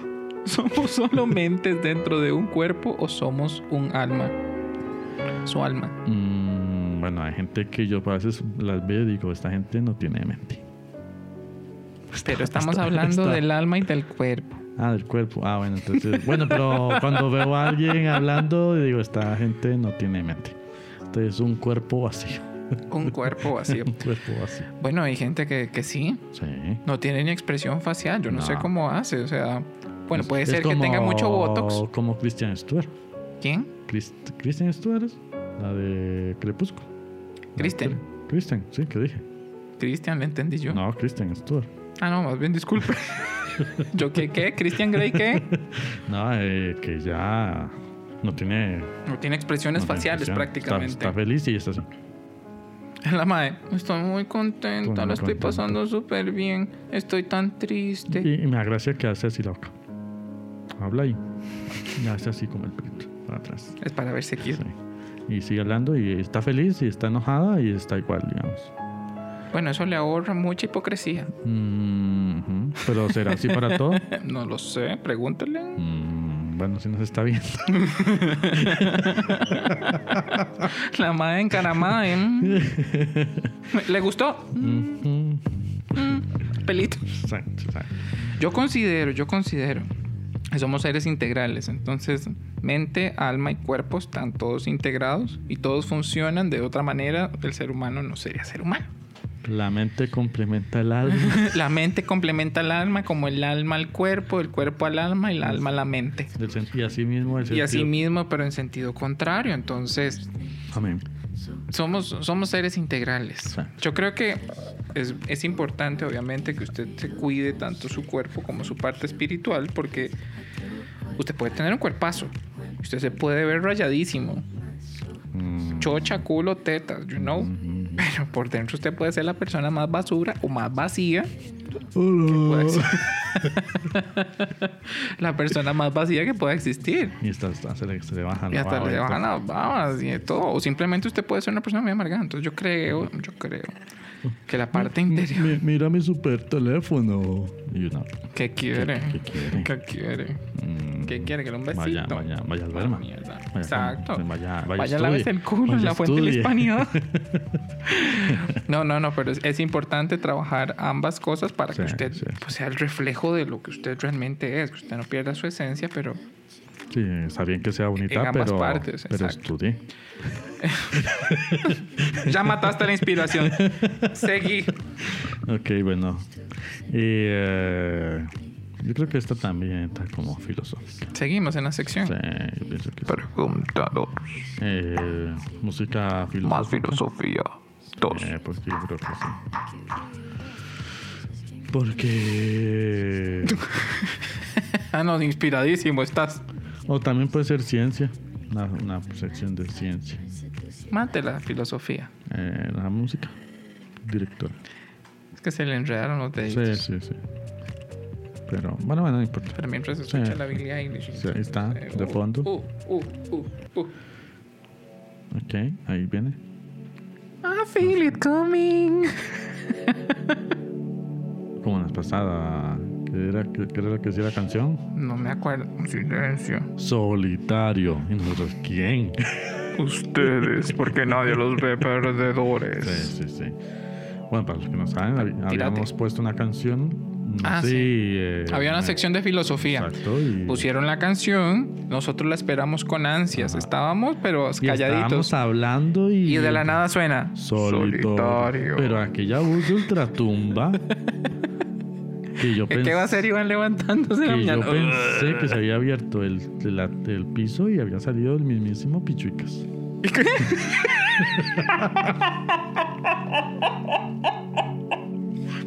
Speaker 2: ¿Somos solo mentes dentro de un cuerpo o somos un alma? Su alma.
Speaker 1: Mm, bueno, hay gente que yo a veces las veo y digo, esta gente no tiene mente.
Speaker 2: Pero estamos hablando
Speaker 1: está.
Speaker 2: del alma y del cuerpo.
Speaker 1: Ah, del cuerpo. Ah, bueno, entonces. Bueno, pero cuando veo a alguien hablando, digo, esta gente no tiene mente. Entonces, un cuerpo vacío.
Speaker 2: Un cuerpo vacío.
Speaker 1: Un cuerpo vacío.
Speaker 2: Bueno, hay gente que, que sí,
Speaker 1: Sí.
Speaker 2: no tiene ni expresión facial. Yo no, sé
Speaker 1: No.
Speaker 2: cómo hace. O sea, bueno,
Speaker 1: Es-
Speaker 2: puede
Speaker 1: es
Speaker 2: ser que
Speaker 1: como-
Speaker 2: tenga mucho botox.
Speaker 1: Como Christian Stewart.
Speaker 2: ¿Quién?
Speaker 1: Christian Kristen Stewart es la de Crepúsculo. Este.
Speaker 2: Kristen.
Speaker 1: Kristen, sí, que dije.
Speaker 2: Cristian, le entendí yo.
Speaker 1: No, Kristen Stewart.
Speaker 2: Ah, no, más bien disculpe. ¿Yo qué? ¿Qué? ¿Christian Grey qué?
Speaker 1: No, eh, que ya no tiene.
Speaker 2: No tiene expresiones
Speaker 1: no tiene
Speaker 2: faciales
Speaker 1: expresión.
Speaker 2: prácticamente.
Speaker 1: Está, está feliz y está así.
Speaker 2: La madre, estoy muy
Speaker 1: Estoy
Speaker 2: contenta,
Speaker 1: muy
Speaker 2: la estoy
Speaker 1: contenta.
Speaker 2: pasando súper bien, estoy tan triste.
Speaker 1: Y, y me da gracia que hace así la boca. Habla ahí. Y hace así como el pelito para atrás.
Speaker 2: Es para verse aquí.
Speaker 1: Sí. Y sigue hablando y está feliz y está enojada y está igual, digamos.
Speaker 2: Bueno, eso le ahorra mucha hipocresía.
Speaker 1: Mm, ujú. Pero será así para todo.
Speaker 2: No lo sé, pregúntale.
Speaker 1: Mm, bueno, si nos está viendo.
Speaker 2: La madre encaramada, ¿eh? ¿Le gustó? Mm,
Speaker 1: Ujú.
Speaker 2: Pelito.
Speaker 1: Exacto, exacto.
Speaker 2: Yo considero, yo considero que somos seres integrales, entonces mente, alma y cuerpo están todos integrados y todos funcionan de otra manera, el ser humano no sería ser humano.
Speaker 1: La mente complementa el alma.
Speaker 2: La mente complementa al alma como el alma al cuerpo, el cuerpo al alma y el alma a la mente.
Speaker 1: del sen- y así mismo el
Speaker 2: Y
Speaker 1: sentido.
Speaker 2: así mismo, pero en sentido contrario. Entonces,
Speaker 1: Amén.
Speaker 2: somos, somos seres integrales.
Speaker 1: Exacto.
Speaker 2: Yo creo que es, es importante, obviamente, que usted se cuide tanto su cuerpo como su parte espiritual, porque usted puede tener un cuerpazo. Usted se puede ver rayadísimo.
Speaker 1: Mm,
Speaker 2: Chocha, culo, tetas, you know.
Speaker 1: ujú.
Speaker 2: Pero por dentro usted puede ser la persona más basura o más vacía pueda
Speaker 1: Hola.
Speaker 2: existir. la persona más vacía que pueda existir.
Speaker 1: Y hasta, hasta se, le, se le Ah, bajan
Speaker 2: Y
Speaker 1: las
Speaker 2: hasta le
Speaker 1: babas,
Speaker 2: bajan las babas y de todo. O simplemente usted puede ser una persona muy amargada. Entonces yo creo, yo creo Que la parte interior.
Speaker 1: Mi- mira mi super teléfono. Y una.
Speaker 2: ¿Qué quiere?
Speaker 1: ¿Qué- qué quiere?
Speaker 2: ¿Qué quiere?
Speaker 1: mm,
Speaker 2: ¿Qué quiere? ¿Que le un besito?
Speaker 1: Vaya, vaya, vaya al
Speaker 2: Ah,
Speaker 1: verma.
Speaker 2: mierda.
Speaker 1: Vaya,
Speaker 2: Exacto.
Speaker 1: Vaya, vaya,
Speaker 2: Vaya,
Speaker 1: estudie,
Speaker 2: laves el culo en
Speaker 1: vaya
Speaker 2: la fuente de la
Speaker 1: estudie.
Speaker 2: hispanidad. no, no, no, pero es, es importante trabajar ambas cosas para que
Speaker 1: Sí,
Speaker 2: usted
Speaker 1: sí.
Speaker 2: pues, sea el reflejo de lo que usted realmente es, que usted no pierda su esencia, pero
Speaker 1: Sí, está bien que sea bonita,
Speaker 2: ambas
Speaker 1: pero,
Speaker 2: partes,
Speaker 1: pero
Speaker 2: exacto.
Speaker 1: estudie.
Speaker 2: ya mataste la inspiración. Seguí.
Speaker 1: Ok, bueno. Y, eh, yo creo que esta también está como filosófica.
Speaker 2: Seguimos en la sección.
Speaker 1: Sí, yo pienso que sí.
Speaker 2: Preguntador.
Speaker 1: Eh, música filosófica.
Speaker 2: filosofía.
Speaker 1: Eh, porque yo creo que sí. Porque.
Speaker 2: Ah, no, inspiradísimo estás.
Speaker 1: o también puede ser ciencia. Una, una sección de ciencia.
Speaker 2: Mate la filosofía.
Speaker 1: Eh, la música. Directora.
Speaker 2: Es que se le enredaron los deditos.
Speaker 1: Sí, sí, sí. Pero bueno, bueno, no importa.
Speaker 2: Pero mientras escucha
Speaker 1: Sí.
Speaker 2: la Biblia English.
Speaker 1: Sí, ahí está, de
Speaker 2: uh,
Speaker 1: fondo.
Speaker 2: Uh, uh, uh, uh.
Speaker 1: Ok, ahí viene.
Speaker 2: I Ah, feel it coming.
Speaker 1: Como las pasadas. ¿Qué era, qué, qué era lo que decía la canción?
Speaker 2: No me acuerdo. Silencio.
Speaker 1: Solitario. ¿Y nosotros quién?
Speaker 2: Ustedes, porque nadie los ve perdedores.
Speaker 1: Sí, sí, sí. Bueno, para los que no saben, habi-
Speaker 2: Ah, Tírate.
Speaker 1: habíamos puesto una canción.
Speaker 2: Ah,
Speaker 1: así,
Speaker 2: sí.
Speaker 1: eh,
Speaker 2: Había una
Speaker 1: eh,
Speaker 2: sección de filosofía.
Speaker 1: Exacto. Y,
Speaker 2: Pusieron la canción, nosotros la esperamos con ansias.
Speaker 1: Ajá.
Speaker 2: Estábamos, pero
Speaker 1: y
Speaker 2: calladitos.
Speaker 1: estábamos hablando y.
Speaker 2: Y de la nada suena.
Speaker 1: Solitario. Pero aquella voz de ultratumba. que yo
Speaker 2: ¿Qué, qué
Speaker 1: pensé.
Speaker 2: va a hacer Iván levantándose en la
Speaker 1: Que yo
Speaker 2: mañana?
Speaker 1: pensé que se había abierto el, la- el piso y había salido el mismísimo Pichuicas.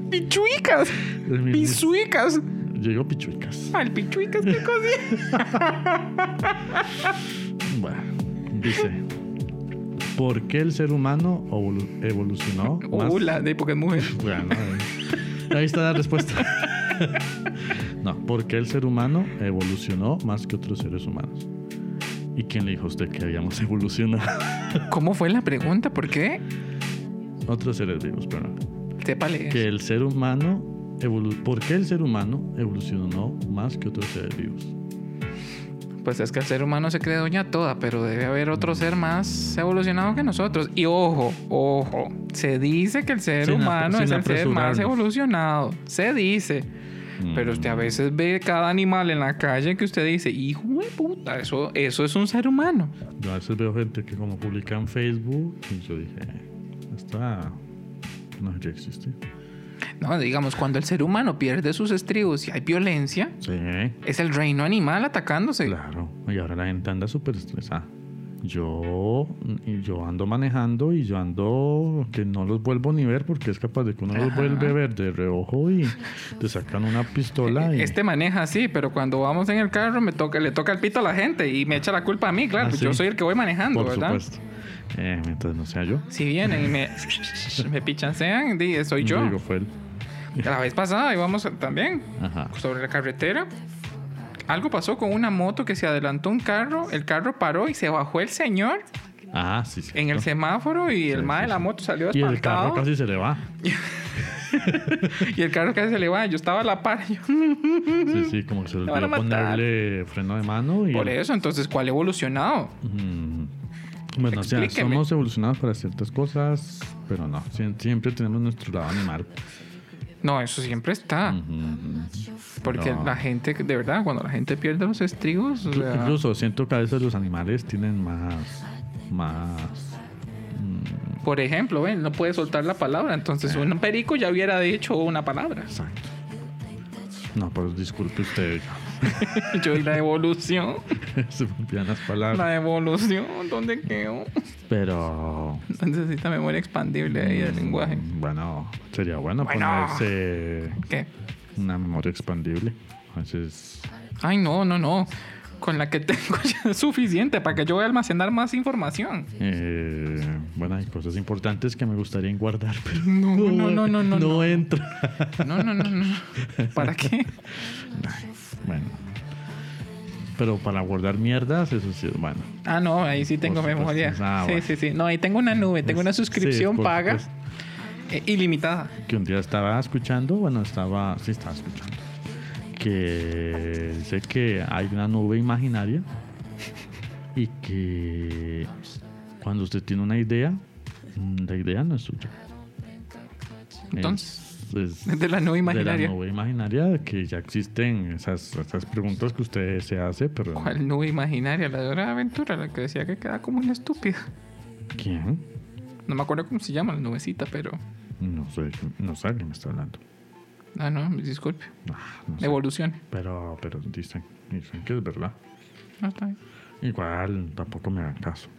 Speaker 2: ¡Pichuicas!
Speaker 1: El mismo-
Speaker 2: ¡Pichuicas!
Speaker 1: Yo digo Pichuicas.
Speaker 2: ¡Al pichuicas qué cosa!
Speaker 1: Bueno, dice: ¿Por qué el ser humano evolu- evolucionó? más-
Speaker 2: ¡Ula! De porque es mujer.
Speaker 1: Bueno, ahí- ahí está la respuesta. No, ¿por qué el ser humano evolucionó más que otros seres humanos? ¿Y quién le dijo a usted que habíamos evolucionado?
Speaker 2: ¿Cómo fue la pregunta? ¿Por qué?
Speaker 1: Otros seres vivos, pero
Speaker 2: Sépale.
Speaker 1: que el ser humano evolu- ¿Por qué el ser humano evolucionó más que otros seres vivos?
Speaker 2: Pues es que el ser humano se cree doña toda, pero debe haber otro ser más evolucionado que nosotros. Y ojo, ojo, se dice que el ser
Speaker 1: Sin apre-
Speaker 2: humano
Speaker 1: sin
Speaker 2: es el ser más
Speaker 1: apresurarnos. Mm.
Speaker 2: evolucionado. Se dice. Pero usted a veces ve cada animal en la calle que usted dice, hijo de puta, eso, eso es un ser humano.
Speaker 1: Yo a veces veo gente que como publica en Facebook y yo dije, esta no ya existe.
Speaker 2: No, digamos, cuando el ser humano pierde sus estribos y hay violencia,
Speaker 1: Sí,
Speaker 2: es el reino animal atacándose.
Speaker 1: claro. Y ahora la gente anda súper estresada. Yo, y yo ando manejando y yo ando que no los vuelvo ni ver porque es capaz de que uno los
Speaker 2: Ajá.
Speaker 1: vuelve a ver de reojo y te sacan una pistola y
Speaker 2: Este maneja así, pero cuando vamos en el carro me toca, le toca el pito a la gente y me echa la culpa a mí, claro,
Speaker 1: Ah,
Speaker 2: pues
Speaker 1: ¿sí?
Speaker 2: yo soy el que voy manejando,
Speaker 1: por
Speaker 2: ¿verdad?
Speaker 1: supuesto. Eh, mientras no sea yo.
Speaker 2: Si vienen y me, me pichancean, di, soy yo.
Speaker 1: Digo, fue él.
Speaker 2: La vez pasada íbamos también
Speaker 1: Ajá.
Speaker 2: sobre la carretera. Algo pasó con una moto que se adelantó un carro, el carro paró y se bajó el señor
Speaker 1: Ah, sí, sí.
Speaker 2: en el semáforo y el
Speaker 1: Sí,
Speaker 2: mae
Speaker 1: sí,
Speaker 2: de la
Speaker 1: sí.
Speaker 2: moto salió
Speaker 1: Y el carro
Speaker 2: espantado
Speaker 1: casi se le va.
Speaker 2: y el carro casi se le va. Yo estaba a la par. yo,
Speaker 1: Sí, sí, como que se
Speaker 2: Mm. Te
Speaker 1: le
Speaker 2: van a
Speaker 1: olvidó
Speaker 2: matar.
Speaker 1: ponerle freno de mano y.
Speaker 2: Por eso, entonces, ¿cuál evolucionado?
Speaker 1: Mm. Bueno, o sea,
Speaker 2: Explíqueme.
Speaker 1: somos evolucionados para ciertas cosas, pero no. sie- Siempre tenemos nuestro lado animal.
Speaker 2: No, eso siempre está.
Speaker 1: Mm. Ujú.
Speaker 2: Porque
Speaker 1: No.
Speaker 2: la gente, de verdad, cuando la gente pierde los estribos, o sea,
Speaker 1: Incluso siento que a veces los animales tienen más. Más.
Speaker 2: por ejemplo, ven, no puede soltar la palabra. Entonces,
Speaker 1: Eh.
Speaker 2: un perico ya hubiera dicho una palabra.
Speaker 1: Exacto. No, pero disculpe usted.
Speaker 2: Yo y la evolución,
Speaker 1: Se me olvidan las palabras.
Speaker 2: la evolución, ¿dónde quedó?
Speaker 1: Pero.
Speaker 2: Necesita memoria expandible ahí del lenguaje.
Speaker 1: mm, Bueno, sería bueno,
Speaker 2: Bueno.
Speaker 1: ponerse
Speaker 2: ¿Qué?
Speaker 1: una memoria expandible. A veces.
Speaker 2: Ay, no, no, no. Con la que tengo ya es suficiente para que yo voy a almacenar más información.
Speaker 1: eh, bueno, hay cosas importantes que me gustaría guardar, pero.
Speaker 2: No, no, no, no, no. No,
Speaker 1: entra.
Speaker 2: no, no, no. no. ¿Para qué?
Speaker 1: Bueno. Pero para guardar mierdas, eso sí, bueno.
Speaker 2: Ah, no, ahí sí tengo
Speaker 1: Por supuesto.
Speaker 2: memoria.
Speaker 1: Ah,
Speaker 2: sí,
Speaker 1: bueno.
Speaker 2: sí, sí. No, ahí tengo una nube, tengo una
Speaker 1: pues, Sí,
Speaker 2: suscripción
Speaker 1: por
Speaker 2: paga.
Speaker 1: supuesto.
Speaker 2: Eh, ilimitada.
Speaker 1: que un día estaba escuchando, bueno, estaba, sí estaba escuchando, que sé que hay una nube imaginaria y que cuando usted tiene una idea, mm, la idea no es suya.
Speaker 2: Entonces,
Speaker 1: Es- es
Speaker 2: de la nube
Speaker 1: de
Speaker 2: imaginaria.
Speaker 1: la nube imaginaria que ya existen esas, esas preguntas que usted se hace, pero
Speaker 2: ¿Cuál nube imaginaria? La de Hora de Aventura, la que decía que queda como una estúpida.
Speaker 1: ¿quién?
Speaker 2: No me acuerdo cómo se llama la nubecita, pero.
Speaker 1: No sé, no sé de qué me está hablando.
Speaker 2: Ah, no, disculpe.
Speaker 1: Ah, no sé.
Speaker 2: Evolucione.
Speaker 1: Pero, pero dicen, dicen que es verdad.
Speaker 2: No, Ah, está bien.
Speaker 1: Igual, tampoco me hagan caso.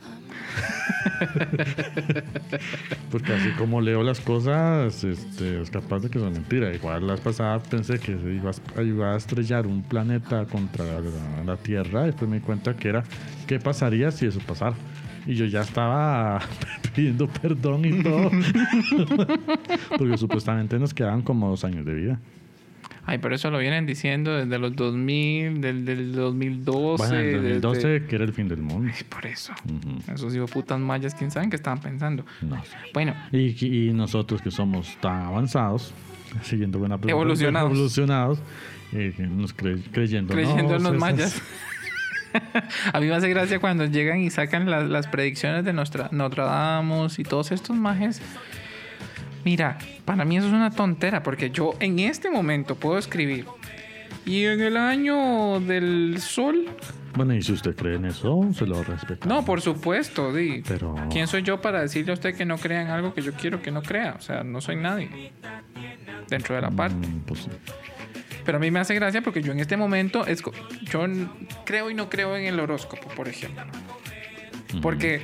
Speaker 1: Porque así como leo las cosas, este, es capaz de que son mentiras. Igual las pasadas pensé que se iba a, iba a estrellar un planeta contra la, la Tierra. Después me di cuenta que era qué pasaría si eso pasara. Y yo ya estaba pidiendo perdón y todo. Porque supuestamente nos quedaban como dos años de vida.
Speaker 2: Ay, pero eso lo vienen diciendo desde los 2000, del, del 2012.
Speaker 1: Bueno, en el
Speaker 2: desde-
Speaker 1: 2012, que era el fin del mundo.
Speaker 2: Ay, por eso.
Speaker 1: Ujú.
Speaker 2: Esos hijos putas mayas, quién sabe qué estaban pensando.
Speaker 1: No sé.
Speaker 2: Bueno,
Speaker 1: Y, y nosotros que somos tan avanzados, siguiendo buena pregunta,
Speaker 2: Evolucionados.
Speaker 1: evolucionados, eh, nos cre- creyendo,
Speaker 2: creyendo
Speaker 1: no,
Speaker 2: en los
Speaker 1: esas-
Speaker 2: mayas. A mí me hace gracia cuando llegan y sacan las, las predicciones de Nostra- Nostradamus y todos estos majes. Mira, para mí eso es una tontera, porque yo en este momento puedo escribir. Y en el año del sol.
Speaker 1: Bueno, y si usted cree en eso, se lo respetamos.
Speaker 2: No, por supuesto, di.
Speaker 1: Pero-
Speaker 2: ¿Quién soy yo para decirle a usted que no crea en algo que yo quiero que no crea? O sea, no soy nadie. Dentro de la parte.
Speaker 1: Mm, pues sí.
Speaker 2: Pero a mí me hace gracia porque yo en este momento es, co- yo n- creo y no creo en el horóscopo, por ejemplo.
Speaker 1: Mm.
Speaker 2: Porque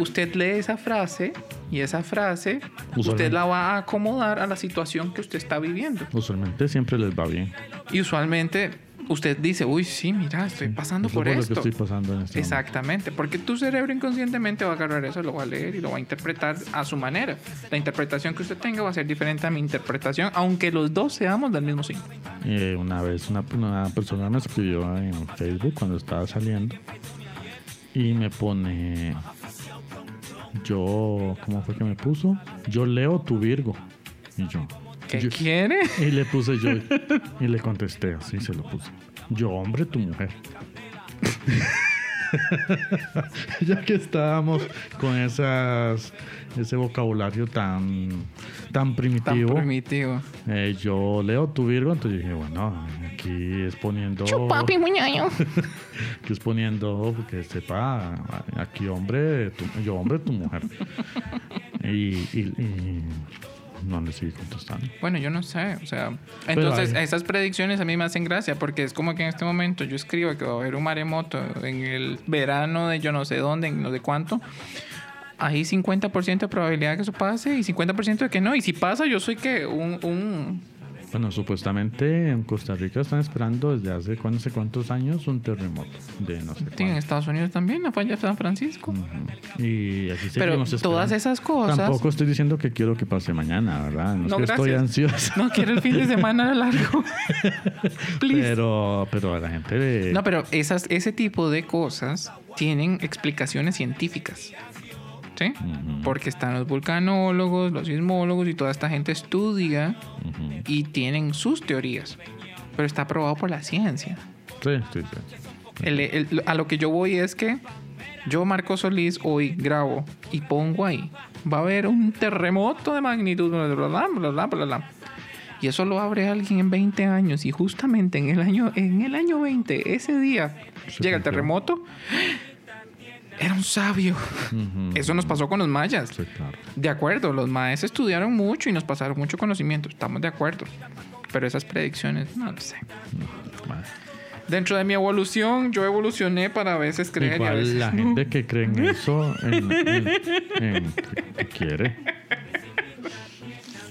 Speaker 2: usted lee esa frase y esa frase usted
Speaker 1: Usualmente.
Speaker 2: la va a acomodar a la situación que usted está viviendo.
Speaker 1: Usualmente siempre les va bien.
Speaker 2: Y usualmente usted dice, uy, sí, mira, estoy pasando
Speaker 1: Eso
Speaker 2: por
Speaker 1: es lo
Speaker 2: esto.
Speaker 1: que estoy pasando en este momento.
Speaker 2: Exactamente, porque tu cerebro inconscientemente va a agarrar eso, lo va a leer y lo va a interpretar a su manera. La interpretación que usted tenga va a ser diferente a mi interpretación, aunque los dos seamos del mismo signo.
Speaker 1: Eh, una vez una, una persona me escribió en Facebook cuando estaba saliendo y me pone, yo, ¿cómo fue que me puso? Yo leo tu Virgo. Y yo,
Speaker 2: ¿Qué
Speaker 1: yo-
Speaker 2: quiere?
Speaker 1: Y le puse yo. Y le contesté, así se lo puse. Yo, hombre, tu mujer. ya que estábamos con esas, ese vocabulario tan, tan
Speaker 2: Tan
Speaker 1: primitivo,
Speaker 2: primitivo.
Speaker 1: eh, yo leo tu Virgo, entonces dije, bueno, aquí es poniendo.
Speaker 4: Chupapi muñeño.
Speaker 1: que es poniendo que sepa aquí hombre tu- yo hombre tu mujer y, y- y no le sigue contestando
Speaker 2: Bueno, yo no sé, o sea,
Speaker 1: Pero
Speaker 2: entonces
Speaker 1: hay-
Speaker 2: esas predicciones a mí me hacen gracia porque es como que en este momento yo escribo que va a haber un maremoto en el verano de yo no sé dónde, en no sé cuánto. Hay 50% de probabilidad de que eso pase y 50% de que no. Y si pasa, yo soy que un, un-
Speaker 1: bueno supuestamente en Costa Rica están esperando desde hace cuán- no sé cuántos años un terremoto de no sé
Speaker 2: Sí, en
Speaker 1: cuánto.
Speaker 2: Estados Unidos también, la falla de San Francisco.
Speaker 1: Ujú. y así
Speaker 2: Pero
Speaker 1: Mm. seguimos esperando.
Speaker 2: todas esas cosas.
Speaker 1: tampoco estoy diciendo que quiero que pase mañana verdad no, es
Speaker 2: No,
Speaker 1: que estoy
Speaker 2: gracias.
Speaker 1: ansioso
Speaker 2: No quiero el fin de semana largo. Please.
Speaker 1: pero pero a la gente le-
Speaker 2: No, pero esas, ese tipo de cosas tienen explicaciones científicas. ¿Sí?
Speaker 1: Ujú.
Speaker 2: Porque están los vulcanólogos, los sismólogos y toda esta gente estudia
Speaker 1: Ujú.
Speaker 2: y tienen sus teorías. Pero está aprobado por la ciencia.
Speaker 1: sí, sí, sí.
Speaker 2: El- el- a lo que yo voy es que yo, Marco Solís, hoy grabo y pongo ahí. Va a haber un terremoto de magnitud, bla, bla, bla, bla, bla, bla, bla. Y eso lo abre alguien en 20 años. Y justamente en el año, en el año 20, ese día,
Speaker 1: Se
Speaker 2: llega
Speaker 1: cumplió.
Speaker 2: el terremoto. Era un sabio.
Speaker 1: Ujú.
Speaker 2: Eso nos pasó con los mayas.
Speaker 1: sí claro
Speaker 2: De acuerdo, los maestros estudiaron mucho y nos pasaron mucho conocimiento. Estamos de acuerdo. Pero esas predicciones, no lo sé.
Speaker 1: Bueno.
Speaker 2: Dentro de mi evolución, yo evolucioné para a veces creer y a
Speaker 1: Igual
Speaker 2: veces
Speaker 1: la
Speaker 2: no.
Speaker 1: gente que cree en eso en- en- en- que quiere.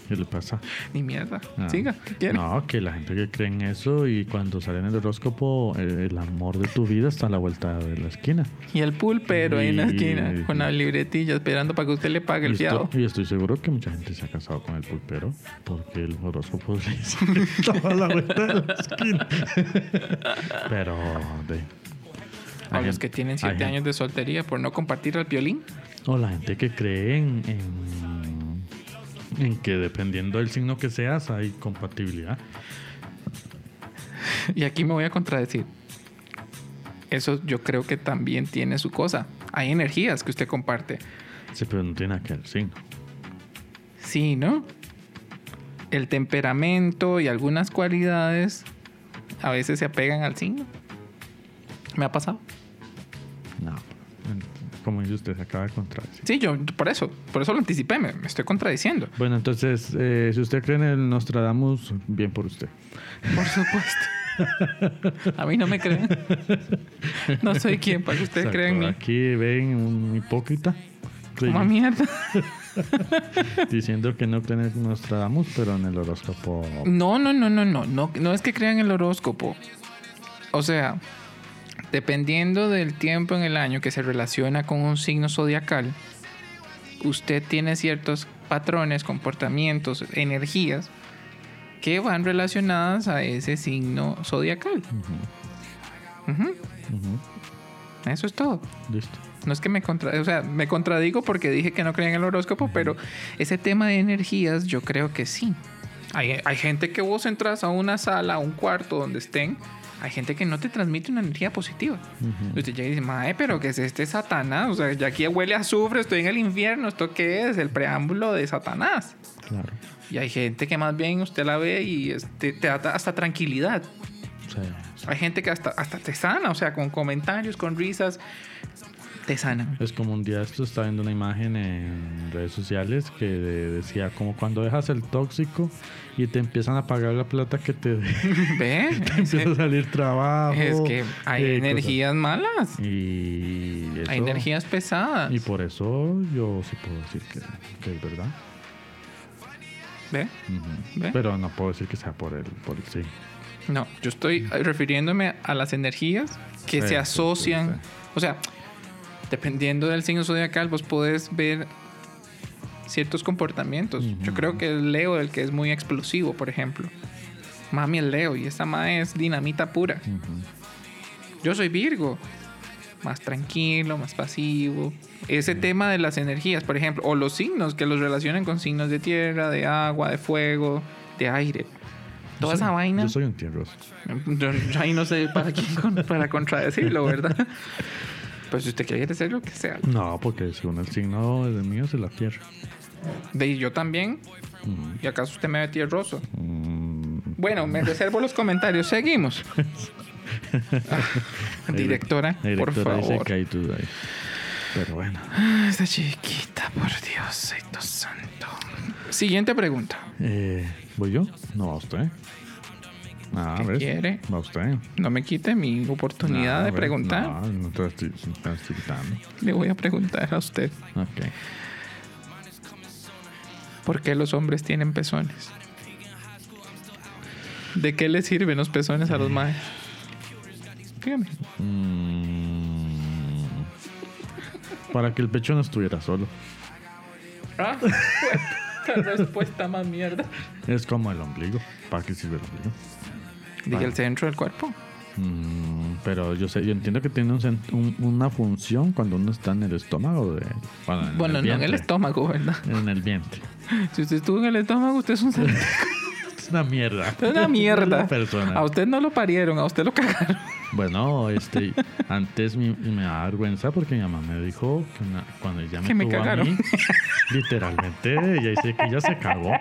Speaker 1: ¿Qué le pasa?
Speaker 2: Ni mierda.
Speaker 1: Ah.
Speaker 2: Siga, ¿qué quiere?
Speaker 1: No, que la gente que cree en eso y cuando sale en el horóscopo, eh, el amor de tu vida está a la vuelta de la esquina.
Speaker 2: Y el pulpero ahí en la
Speaker 1: Y-
Speaker 2: esquina, con la libretilla, esperando para que usted le pague
Speaker 1: Y
Speaker 2: el
Speaker 1: estoy,
Speaker 2: fiado.
Speaker 1: y estoy seguro que mucha gente se ha casado con el pulpero porque el horóscopo le dice que estaba a la vuelta de la esquina. Pero, de.
Speaker 2: A
Speaker 1: hay
Speaker 2: los
Speaker 1: gen-
Speaker 2: que tienen
Speaker 1: hay
Speaker 2: siete
Speaker 1: gen-
Speaker 2: años de soltería por no compartir el violín.
Speaker 1: O la gente que cree en, en, en que dependiendo del signo que seas hay compatibilidad.
Speaker 2: Y aquí me voy a contradecir. Eso yo creo que también tiene su cosa. Hay energías que usted comparte.
Speaker 1: Sí, pero no tiene nada que ver el signo.
Speaker 2: Sí, ¿no? El temperamento y algunas cualidades a veces se apegan al signo. Me ha pasado.
Speaker 1: No. Como dice usted, se acaba de contradecir.
Speaker 2: Sí, yo por eso, por eso lo anticipé, me, me estoy contradiciendo.
Speaker 1: Bueno, entonces, eh, si usted cree en el Nostradamus, bien por usted.
Speaker 2: Por supuesto. A mí no me creen. No soy quien para que ustedes
Speaker 1: Exacto,
Speaker 2: crean en mí.
Speaker 1: Aquí ven un hipócrita sí,
Speaker 2: Como mierda.
Speaker 1: diciendo que no cree en el Nostradamus, pero en el horóscopo.
Speaker 2: No, no, no, no, no, no. No es que crean el horóscopo. O sea, dependiendo del tiempo en el año que se relaciona con un signo zodiacal, usted tiene ciertos patrones, comportamientos, energías que van relacionadas a ese signo zodiacal. Ujú.
Speaker 1: Ujú,
Speaker 2: Eso es todo.
Speaker 1: Listo.
Speaker 2: No es que me contra, o sea, me contradigo porque dije que no creía en el horóscopo, pero ese tema de energías yo creo que sí. Hay, hay gente que vos entras a una sala, a un cuarto donde estén, hay gente que no te transmite una energía positiva.
Speaker 1: Ujú.
Speaker 2: Y Usted llega y dice, mae, pero que es este Satanás, o sea, ya aquí huele a azufre, estoy en el infierno, ¿esto qué es? El preámbulo de Satanás.
Speaker 1: Claro.
Speaker 2: Y hay gente que más bien usted la ve y este, te da hasta tranquilidad.
Speaker 1: Sí.
Speaker 2: Hay gente que hasta, hasta te sana, o sea, con comentarios, con risas, te sanan.
Speaker 1: Es como un día esto estaba viendo una imagen en redes sociales que de- decía como cuando dejas el tóxico y te empiezan a pagar la plata que te
Speaker 2: ¿Ve?
Speaker 1: empieza a salir trabajo.
Speaker 2: Es que hay
Speaker 1: eh, cosas.
Speaker 2: energías malas,
Speaker 1: Y eso-
Speaker 2: hay energías pesadas.
Speaker 1: Y por eso yo sí puedo decir que, que es verdad.
Speaker 2: ¿Ve?
Speaker 1: Ujú.
Speaker 2: ¿Ve?
Speaker 1: Pero no puedo decir que sea por el, por el sí.
Speaker 2: No, yo estoy refiriéndome a las energías
Speaker 1: Sí, sí,
Speaker 2: que se
Speaker 1: sí,
Speaker 2: asocian.
Speaker 1: sí.
Speaker 2: O sea, dependiendo del signo zodiacal, vos podés ver ciertos comportamientos. Yo
Speaker 1: Ujú.
Speaker 2: creo que el Leo, el que es muy explosivo, por ejemplo. Mami es Leo y esta ma es dinamita pura.
Speaker 1: Ujú.
Speaker 2: Yo soy Virgo. Más tranquilo, más pasivo. Ese tema de las energías, por ejemplo, o los signos que los relacionan con signos de tierra, de agua, de fuego, de aire. Toda
Speaker 1: Yo soy-
Speaker 2: esa vaina.
Speaker 1: Yo soy un tierroso.
Speaker 2: Yo, yo ahí no sé para quién con- para contradecirlo, ¿verdad? Pues si usted quiere ser lo que sea.
Speaker 1: No, porque según el signo del mío es la tierra.
Speaker 2: De yo también.
Speaker 1: Ujú.
Speaker 2: ¿Y acaso usted me ve tierroso?
Speaker 1: Mm.
Speaker 2: Bueno, me reservo los comentarios. Seguimos. Ah, directora,
Speaker 1: La
Speaker 2: por
Speaker 1: directora dice
Speaker 2: favor.
Speaker 1: que hay duda ahí. Pero bueno.
Speaker 2: Ah, Esta chiquita, por Dios, santo santo. Siguiente pregunta.
Speaker 1: Eh, ¿Voy yo? No, va usted. Ah,
Speaker 2: ¿Qué
Speaker 1: ¿ves?
Speaker 2: quiere?
Speaker 1: Va usted.
Speaker 2: No me quite mi oportunidad
Speaker 1: Ah,
Speaker 2: de
Speaker 1: ¿ves?
Speaker 2: preguntar.
Speaker 1: No, no te estoy, no te estoy quitando.
Speaker 2: Le voy a preguntar a usted
Speaker 1: Ok.
Speaker 2: por qué los hombres tienen pezones. ¿De qué les sirven los pezones a los majes? Dígame.
Speaker 1: Mm. para que el pecho no estuviera solo.
Speaker 2: Ah, la respuesta más mierda.
Speaker 1: Es como el ombligo. ¿Para qué sirve el ombligo?
Speaker 2: Dije el centro del cuerpo.
Speaker 1: Mm, pero yo sé, yo entiendo que tiene un sen- un- una función cuando uno está en el estómago de. Bueno, en el
Speaker 2: Bueno, no en el
Speaker 1: vientre.
Speaker 2: estómago, ¿verdad?
Speaker 1: En el vientre.
Speaker 2: Si usted estuvo en el estómago, usted es un santo.
Speaker 1: Es una mierda.
Speaker 2: Es una mierda.
Speaker 1: persona.
Speaker 2: A usted no lo parieron, a usted lo cagaron.
Speaker 1: Bueno, este, antes mi- me da vergüenza porque mi mamá me dijo que una- cuando ella me,
Speaker 2: Que me
Speaker 1: tuvo a mí,
Speaker 2: cagaron.
Speaker 1: literalmente ella dice que ella se cagó.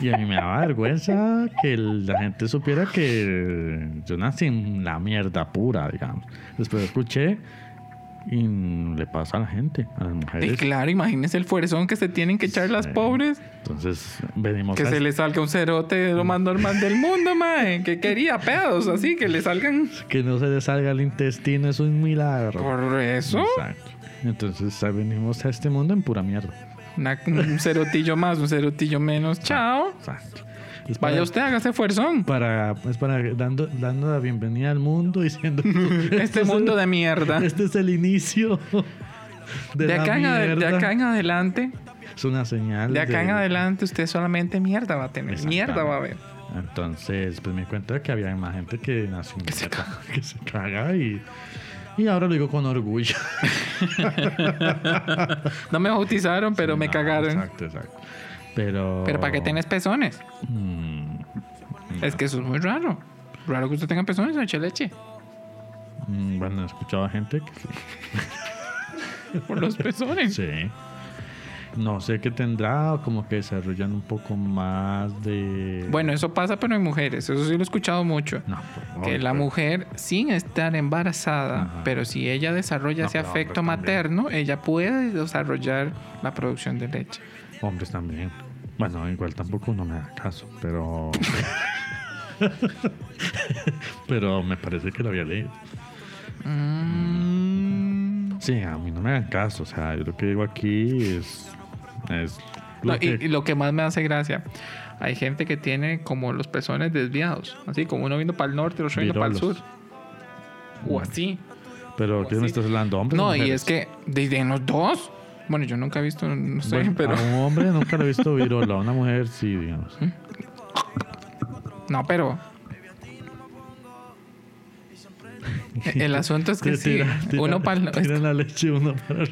Speaker 1: Y a mí me daba vergüenza que el- la gente supiera que yo nací en la mierda pura, digamos. Después escuché y le pasa a la gente, a las
Speaker 2: Y
Speaker 1: mujeres.
Speaker 2: claro, imagínese el fuerzón que se tienen que echar las
Speaker 1: Sí.
Speaker 2: pobres.
Speaker 1: Entonces venimos
Speaker 2: Que
Speaker 1: a
Speaker 2: se le salga un cerote lo más normal del mundo, mae. Que quería pedos, así que le salgan.
Speaker 1: que no se le salga el intestino, es un milagro.
Speaker 2: Por eso,
Speaker 1: Exacto. Entonces ah, venimos a este mundo en pura mierda.
Speaker 2: una- un cerotillo más, un cerotillo menos. Chao.
Speaker 1: Exacto. Es para,
Speaker 2: Vaya usted, hágase fuerzón.
Speaker 1: para- es para dando, dando la bienvenida al mundo diciendo
Speaker 2: Este mundo de mierda.
Speaker 1: este es el inicio de,
Speaker 2: De
Speaker 1: la
Speaker 2: acá, en ade- de
Speaker 1: mierda".
Speaker 2: acá en adelante,
Speaker 1: es una señal.
Speaker 2: de acá en adelante, usted solamente mierda va a tener. Mierda va a haber.
Speaker 1: Entonces, pues me di cuenta de que había más gente que nació en
Speaker 2: Que se
Speaker 1: mierda, que se caga y y ahora lo digo con orgullo.
Speaker 2: No me bautizaron, pero me
Speaker 1: No,
Speaker 2: cagaron.
Speaker 1: Exacto, exacto. Pero.
Speaker 2: Pero ¿para qué tenés pezones?
Speaker 1: Mm,
Speaker 2: Es que eso es muy raro. Raro que usted tenga pezones, don Cheleche.
Speaker 1: mm, bueno, he escuchado a gente que sí.
Speaker 2: Por los pezones.
Speaker 1: Sí. No sé qué tendrá, o como que desarrollan un poco más de.
Speaker 2: Bueno, eso pasa, pero en mujeres. Eso sí lo he escuchado mucho.
Speaker 1: No, por favor,
Speaker 2: Que la
Speaker 1: pero-
Speaker 2: mujer, sin estar embarazada,
Speaker 1: Ajá.
Speaker 2: pero si ella desarrolla
Speaker 1: No,
Speaker 2: ese
Speaker 1: pero hombre
Speaker 2: afecto
Speaker 1: también.
Speaker 2: materno, ella puede desarrollar la producción de leche.
Speaker 1: Hombres también. Bueno, igual tampoco no me da caso, pero. pero me parece que lo había leído.
Speaker 2: Mm.
Speaker 1: Sí, a mí no me dan caso. O sea, yo lo que digo aquí es. es lo
Speaker 2: No, y,
Speaker 1: que-
Speaker 2: y lo que más me hace gracia, hay gente que tiene como los pezones desviados, así como uno viendo para el norte y otro viendo para el sur.
Speaker 1: Virolos.
Speaker 2: O así.
Speaker 1: pero, ¿qué me
Speaker 2: sí.
Speaker 1: estás hablando? ¿Hombres o
Speaker 2: No, y
Speaker 1: mujeres?
Speaker 2: es que desde en los dos. Bueno, yo nunca he visto, no sé,
Speaker 1: Bueno,
Speaker 2: pero.
Speaker 1: A un hombre nunca lo he visto virolo, a una mujer sí, digamos.
Speaker 2: No, pero. El asunto es que sí,
Speaker 1: Tira- tira-
Speaker 2: uno para
Speaker 1: tira la leche, uno para el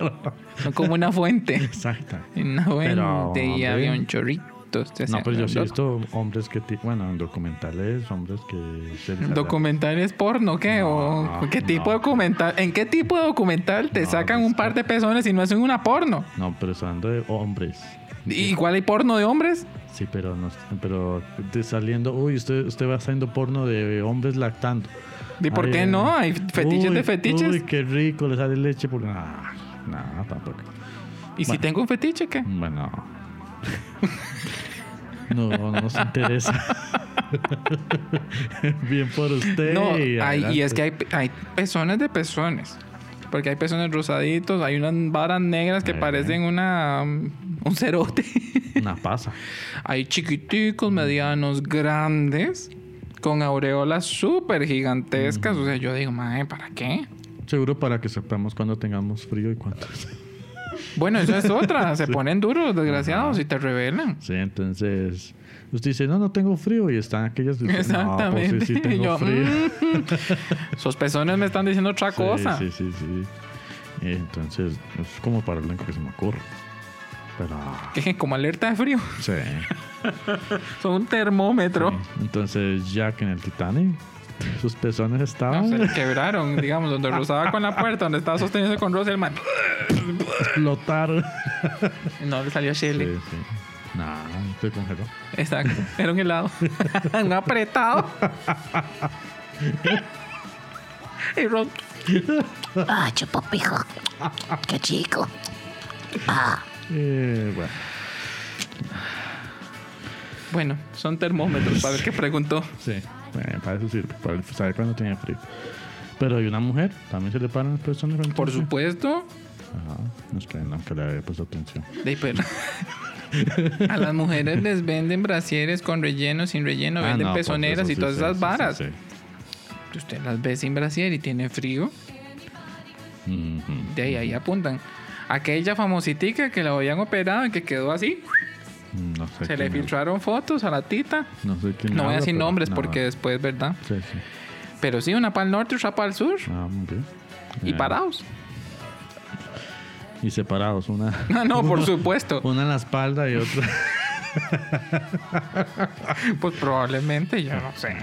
Speaker 1: otro.
Speaker 2: como una fuente.
Speaker 1: Exacto.
Speaker 2: Una fuente
Speaker 1: Pero,
Speaker 2: y
Speaker 1: hombre.
Speaker 2: había un chorrito. usted
Speaker 1: No,
Speaker 2: se-
Speaker 1: pero yo sí he visto hombres que, ti- bueno, en documentales, hombres que... se les
Speaker 2: ¿Documentales porno qué?
Speaker 1: No,
Speaker 2: ¿O qué tipo
Speaker 1: no.
Speaker 2: de documental? ¿En qué tipo de documental te
Speaker 1: No,
Speaker 2: sacan
Speaker 1: pues,
Speaker 2: un par de pezones y no hacen una porno?
Speaker 1: habla- No, pero estoy hablando de hombres.
Speaker 2: ¿Y- Igual hay porno de hombres.
Speaker 1: Sí, pero no, pero de saliendo, uy, usted, usted va haciendo porno de hombres lactando.
Speaker 2: ¿Y por
Speaker 1: Ay,
Speaker 2: qué no? Hay fetiches
Speaker 1: uy,
Speaker 2: de fetiches.
Speaker 1: Uy, qué rico, le sale leche por... Ah, no, tampoco.
Speaker 2: ¿Y si
Speaker 1: bueno.
Speaker 2: tengo un fetiche qué?
Speaker 1: Bueno. No, no nos interesa. Bien por usted.
Speaker 2: No, hay-
Speaker 1: adelante.
Speaker 2: y es que hay, hay pezones de pezones. Porque hay pezones rosaditos, hay unas varas negras que
Speaker 1: Ajá.
Speaker 2: parecen una um, un cerote.
Speaker 1: Una pasa.
Speaker 2: hay chiquiticos, medianos, grandes, con aureolas súper gigantescas. O sea, yo digo, madre, ¿para qué?
Speaker 1: Seguro para que sepamos cuando tengamos frío y cuánto.
Speaker 2: Bueno, eso es otra. Se ponen duros los desgraciados y te revelan.
Speaker 1: Sí, entonces. Usted dice, no, no tengo frío. Y están aquellas. que dicen,
Speaker 2: Exactamente.
Speaker 1: No, pues sí, sí
Speaker 2: Y
Speaker 1: tengo
Speaker 2: yo,
Speaker 1: frío.
Speaker 2: "Mm, sus pezones me están diciendo otra
Speaker 1: Sí,
Speaker 2: cosa.
Speaker 1: Sí, sí, sí. Entonces, es como para el blanco que se me ocurre. Pero.
Speaker 2: Que como alerta de frío.
Speaker 1: Sí.
Speaker 2: Son un termómetro.
Speaker 1: Entonces, Jack en el Titanic, sus pezones estaban.
Speaker 2: No, se le quebraron, digamos, donde rozaba con la puerta, donde estaba sosteniendo con Rosa, el man.
Speaker 1: explotaron.
Speaker 2: No, le salió
Speaker 1: Sí,
Speaker 2: Shelly.
Speaker 1: sí. Nah, se congeló.
Speaker 2: Exacto. Era un helado. un apretado. y Ron,
Speaker 4: Ah, chupapijo. Qué chico. Ah.
Speaker 1: Eh, bueno,
Speaker 2: Bueno, son termómetros, para ver qué preguntó.
Speaker 1: sí. Eh, para eso sirve, para saber cuándo tenía frío. Pero hay una mujer, también se le paran las personas. frente
Speaker 2: Por
Speaker 1: a usted?
Speaker 2: supuesto,
Speaker 1: Ajá, no es que nunca le había puesto atención.
Speaker 2: de pero. A las mujeres les venden brasieres con relleno, sin relleno,
Speaker 1: Ah,
Speaker 2: venden
Speaker 1: no, pues
Speaker 2: pezoneras
Speaker 1: eso
Speaker 2: y
Speaker 1: sí,
Speaker 2: todas
Speaker 1: sí,
Speaker 2: esas
Speaker 1: sí,
Speaker 2: varas.
Speaker 1: sí,
Speaker 2: Usted las ve sin brasier y tiene frío,
Speaker 1: sí. Ujú.
Speaker 2: de ahí, ahí apuntan. Aquella famositica que la habían operado y que quedó así,
Speaker 1: mm, No sé
Speaker 2: Se le
Speaker 1: quién
Speaker 2: filtraron fotos a la tita.
Speaker 1: habla. No sé quién
Speaker 2: No voy a
Speaker 1: habla,
Speaker 2: decir
Speaker 1: pero
Speaker 2: nombres
Speaker 1: nada.
Speaker 2: porque después, ¿verdad?
Speaker 1: Sí, sí.
Speaker 2: Pero sí, una para el norte, otra para el sur.
Speaker 1: Ah, muy bien.
Speaker 2: Y
Speaker 1: Eh,
Speaker 2: parados.
Speaker 1: Y separados, una.
Speaker 2: Ah, No, no, por supuesto.
Speaker 1: Una en la espalda y otra.
Speaker 2: Pues probablemente, yo no sé.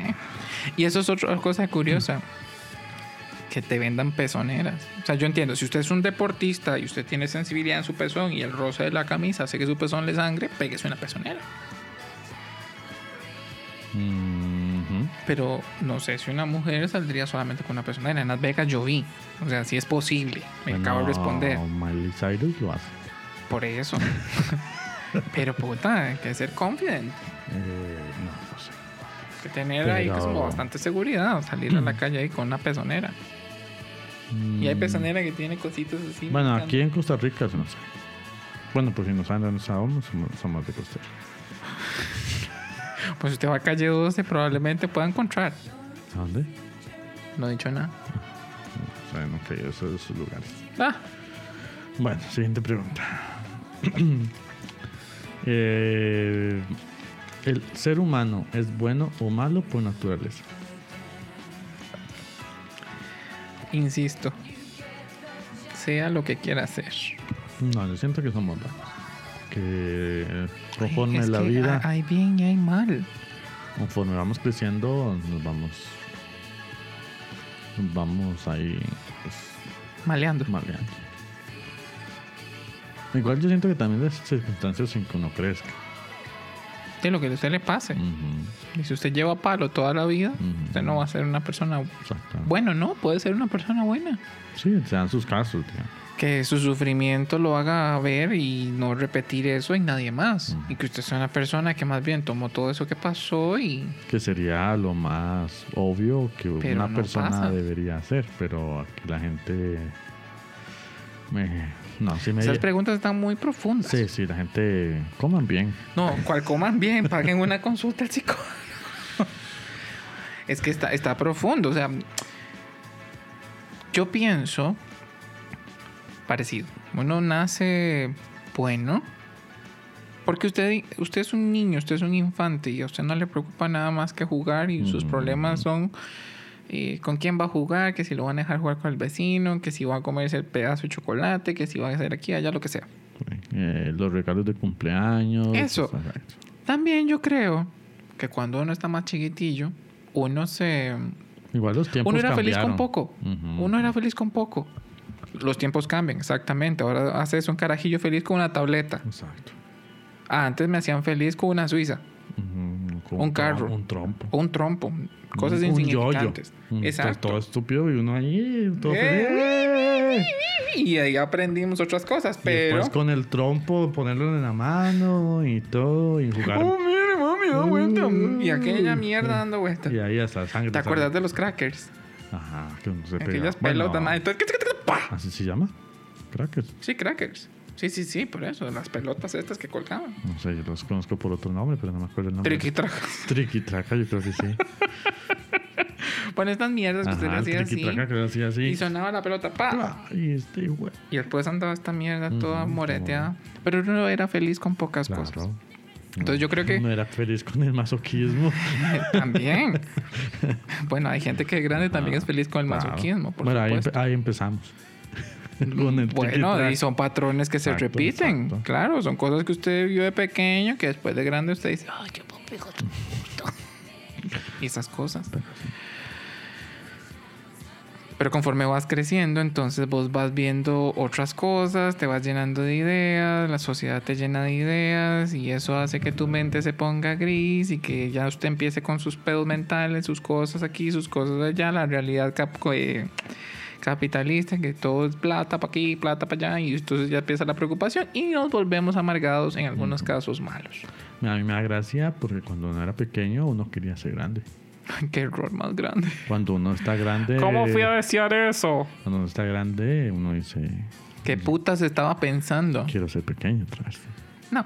Speaker 2: Y eso es otra cosa curiosa. Que te vendan pezoneras. O sea, yo entiendo, si usted es un deportista y usted tiene sensibilidad en su pezón y el roce de la camisa hace que su pezón le sangre, pégese una pezonera.
Speaker 1: Mm, Ujú.
Speaker 2: Pero no sé si una mujer saldría solamente con una pezonera. En Las Vegas yo vi. O sea, si es posible. Me acabo de
Speaker 1: Bueno,
Speaker 2: responder.
Speaker 1: Miley Cyrus lo hace.
Speaker 2: Por eso. Pero puta, hay que ser confident.
Speaker 1: Eh, no, no sé.
Speaker 2: Hay que tener ahí
Speaker 1: Pero-
Speaker 2: como bastante seguridad. Salir a la calle ahí con una pezonera. Y hay
Speaker 1: Mm.
Speaker 2: pezonera que tiene cositas así.
Speaker 1: Bueno,
Speaker 2: marcando.
Speaker 1: aquí en Costa Rica se nos Bueno, pues si nos saben dónde estamos, somos, somos de Costa Rica.
Speaker 2: Pues si usted va a calle 12, probablemente pueda encontrar.
Speaker 1: ¿A dónde?
Speaker 2: No he dicho nada.
Speaker 1: O sea, no sé, esos, esos lugares.
Speaker 2: Ah,
Speaker 1: Bueno, siguiente pregunta. Eh, ¿El ser humano es bueno o malo por naturaleza?
Speaker 2: insisto. Sea lo que quiera hacer.
Speaker 1: No, yo siento que somos malos. que conforme
Speaker 2: Es
Speaker 1: la
Speaker 2: que ah,
Speaker 1: vida,
Speaker 2: Hay bien y hay mal.
Speaker 1: conforme vamos creciendo, nos vamos. nos vamos ahí pues,
Speaker 2: Maleando.
Speaker 1: maleando. Igual yo siento que también las circunstancias sin que uno crezca.
Speaker 2: De lo que a usted le pase.
Speaker 1: Mm. Ujú,
Speaker 2: Y si usted lleva palo toda la vida,
Speaker 1: Ujú.
Speaker 2: usted no va a ser una persona.
Speaker 1: exacto.
Speaker 2: Bueno, no, puede ser una persona buena.
Speaker 1: Sí, se dan sus casos, tío.
Speaker 2: Que su sufrimiento lo haga ver y no repetir eso en nadie más. Y que usted sea una persona que más bien tomó todo eso que pasó y
Speaker 1: Que sería lo más obvio que
Speaker 2: Pero
Speaker 1: una
Speaker 2: no
Speaker 1: persona
Speaker 2: pasa.
Speaker 1: debería hacer, pero aquí la gente. me- no, sí me.
Speaker 2: Esas preguntas están muy profundas.
Speaker 1: Sí, sí, la gente. Coman bien.
Speaker 2: No, cual coman bien, paguen una consulta al psicólogo. Es que está, está profundo. O sea, yo pienso parecido. Uno nace bueno. Porque usted, usted es un niño, usted es un infante y a usted no le preocupa nada más que jugar y sus
Speaker 1: Mm.
Speaker 2: problemas son eh, con quién va a jugar, que si lo van a dejar jugar con el vecino, que si va a comerse el pedazo de chocolate, que si va a hacer aquí, allá, lo que sea.
Speaker 1: Eh, los regalos de cumpleaños.
Speaker 2: Eso.
Speaker 1: o sea,
Speaker 2: También yo creo que cuando uno está más chiquitillo, uno se...
Speaker 1: Igual los tiempos
Speaker 2: Uno era feliz
Speaker 1: cambiaron.
Speaker 2: con poco.
Speaker 1: Ujú.
Speaker 2: Uno era feliz con poco. Los tiempos cambian, exactamente. Ahora haces un carajillo feliz con una tableta. Ah,
Speaker 1: Exacto.
Speaker 2: Antes me hacían feliz con una suiza,
Speaker 1: Ujú, con
Speaker 2: Un
Speaker 1: tro-
Speaker 2: carro.
Speaker 1: Un trompo.
Speaker 2: o un trompo, cosas
Speaker 1: Un- un
Speaker 2: insignificantes.
Speaker 1: yoyo. Un-
Speaker 2: Exacto.
Speaker 1: Todo estúpido y uno ahí. Todo
Speaker 2: Eh.
Speaker 1: feliz. ¡Eh!
Speaker 2: Y ahí aprendimos otras cosas,
Speaker 1: Y
Speaker 2: pero...
Speaker 1: después con el trompo, ponerlo en la mano y todo, y jugar.
Speaker 2: Oh, mire, mami, da vuelta.
Speaker 1: Uh.
Speaker 2: Y aquella mierda dando vueltas.
Speaker 1: Y ahí hasta sangre.
Speaker 2: ¿Te acuerdas de los crackers?
Speaker 1: Ajá, que uno se pega.
Speaker 2: Aquellas
Speaker 1: Bueno,
Speaker 2: pelotas, ma, entonces, ¡pa!
Speaker 1: ¿Así se llama? Crackers.
Speaker 2: Sí, crackers. Sí, sí, sí, por eso. Las pelotas estas que colgaban.
Speaker 1: No sé, yo los conozco por otro nombre, pero no me acuerdo el nombre.
Speaker 2: Triquitracas.
Speaker 1: Triquitraca, yo creo que sí.
Speaker 2: Bueno, estas mierdas que usted le
Speaker 1: Ajá, el
Speaker 2: hacía así.
Speaker 1: triquitraca que lo hacía así.
Speaker 2: Y sonaba la pelota, pa.
Speaker 1: Ah, Y este güey.
Speaker 2: Y después andaba esta mierda toda
Speaker 1: Ujú,
Speaker 2: moreteada. Pero uno era feliz con pocas cosas. Entonces yo creo que-
Speaker 1: No era feliz con el masoquismo.
Speaker 2: también. bueno, hay gente que es grande también
Speaker 1: Ah,
Speaker 2: es feliz con el
Speaker 1: claro.
Speaker 2: masoquismo, por
Speaker 1: Bueno, ahí,
Speaker 2: supuesto.
Speaker 1: empe- ahí empezamos. con el
Speaker 2: Bueno,
Speaker 1: triquitraca.
Speaker 2: y son patrones que se
Speaker 1: Exacto,
Speaker 2: repiten.
Speaker 1: exacto.
Speaker 2: Claro, son cosas que usted vio de pequeño que después de grande usted dice,
Speaker 4: Ay, qué papijo tan bonito.
Speaker 2: y esas cosas. Pero conforme vas creciendo, entonces vos vas viendo otras cosas, te vas llenando de ideas, la sociedad te llena de ideas y eso hace que tu mente se ponga gris y que ya usted empiece con sus pedos mentales, sus cosas aquí, sus cosas allá, la realidad cap- eh, capitalista, que todo es plata para aquí, plata para allá y entonces ya empieza la preocupación y nos volvemos amargados en algunos casos malos.
Speaker 1: A mí me da gracia porque cuando uno era pequeño uno quería ser grande.
Speaker 2: Qué error más grande.
Speaker 1: Cuando uno está grande.
Speaker 2: ¿Cómo fui a desear eso?
Speaker 1: Cuando uno está grande uno dice,
Speaker 2: ¿Qué putas estaba pensando?
Speaker 1: quiero ser pequeño otra vez.
Speaker 2: No.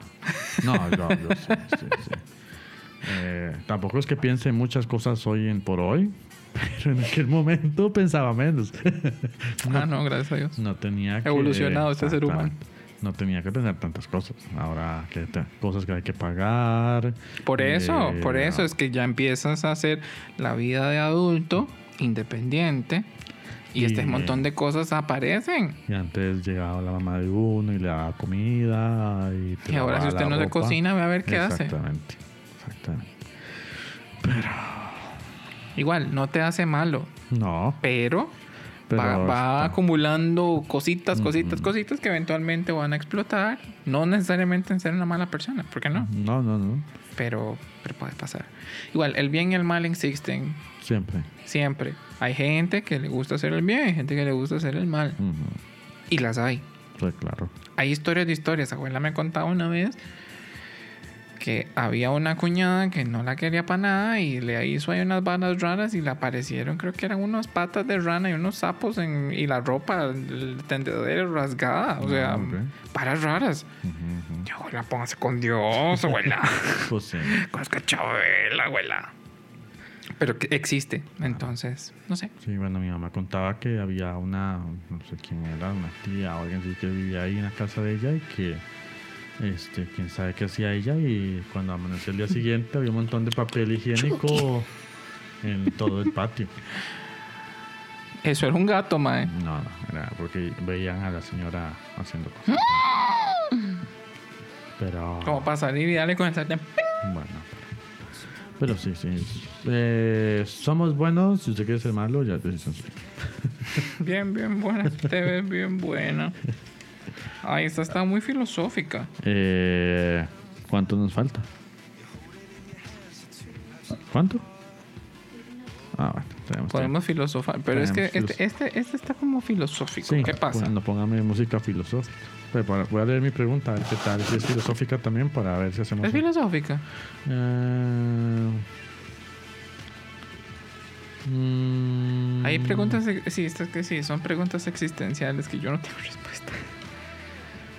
Speaker 1: No, yo, yo sí, sí, sí. Eh, tampoco es que piense muchas cosas hoy en por hoy, pero en aquel momento pensaba menos.
Speaker 2: Ah, no, gracias a Dios.
Speaker 1: No tenía que...
Speaker 2: Evolucionado este ser humano.
Speaker 1: Exactamente. No tenía que pensar tantas cosas. Ahora, que te- cosas que hay que pagar.
Speaker 2: Por eso,
Speaker 1: eh,
Speaker 2: por eso es que ya empiezas a hacer la vida de adulto independiente y,
Speaker 1: Y-
Speaker 2: este montón de cosas aparecen.
Speaker 1: Y antes llegaba la mamá de uno y le daba comida. Y, te
Speaker 2: Y ahora si
Speaker 1: lavaba
Speaker 2: usted
Speaker 1: la
Speaker 2: no se
Speaker 1: ropa.
Speaker 2: cocina, ve a ver qué hace.
Speaker 1: Exactamente. Exactamente.
Speaker 2: Igual, no te hace malo,
Speaker 1: No.
Speaker 2: pero,
Speaker 1: Pero
Speaker 2: va, va
Speaker 1: está-
Speaker 2: acumulando cositas, cositas,
Speaker 1: Ujú.
Speaker 2: cositas que eventualmente van a explotar. No necesariamente en ser una mala persona, ¿por qué no?
Speaker 1: No, no, no.
Speaker 2: Pero, pero puede pasar. Igual, el bien y el mal existen
Speaker 1: Siempre.
Speaker 2: siempre. Hay gente que le gusta hacer el bien, hay gente que le gusta hacer el mal.
Speaker 1: Ujú.
Speaker 2: Y las hay.
Speaker 1: Sí, claro.
Speaker 2: Hay historias de historias. Abuela me contaba una vez que había una cuñada que no la quería para nada y le hizo ahí unas vanas raras y le aparecieron, creo que eran unas patas de rana y unos sapos en- y la ropa, el tendedero rasgada. O sea,
Speaker 1: Ah, ok.
Speaker 2: varas raras.
Speaker 1: Ujú, ujú.
Speaker 2: Ya, abuela, póngase con Dios, abuela.
Speaker 1: Pues sí.
Speaker 2: con Chabela, abuela. Pero que existe. Entonces, no sé.
Speaker 1: Sí, bueno, mi mamá contaba que había una, no sé quién era, una tía o alguien así que vivía ahí en la casa de ella y que, este, quién sabe qué hacía ella y cuando amaneció el día siguiente había un montón de papel higiénico en todo el patio.
Speaker 2: Eso era un gato, mae.
Speaker 1: No, no, era porque veían a la señora haciendo cosas. Pero.
Speaker 2: Como para salir y darle con el sartén.
Speaker 1: Bueno. Pero sí, sí. Eh, somos buenos. Si usted quiere ser malo, ya decisión suya.
Speaker 2: Bien, bien buena. Te ves bien buena. Ay, esta está muy filosófica.
Speaker 1: Eh, ¿Cuánto nos falta? ¿Cuánto? Ah, bueno, tenemos tiempo.
Speaker 2: Podemos filosofar. Pero es que
Speaker 1: Tenemos
Speaker 2: este, este, este está como filosófico.
Speaker 1: Sí,
Speaker 2: ¿Qué pasa?
Speaker 1: Bueno, póngame música filosófica. Pero bueno, voy a leer mi pregunta, a ver qué tal. Si es filosófica también, para ver si hacemos.
Speaker 2: ¿Es
Speaker 1: un-
Speaker 2: filosófica?
Speaker 1: Eh, mm,
Speaker 2: Hay preguntas, ex- sí, estas que sí, son preguntas existenciales que yo no tengo respuesta.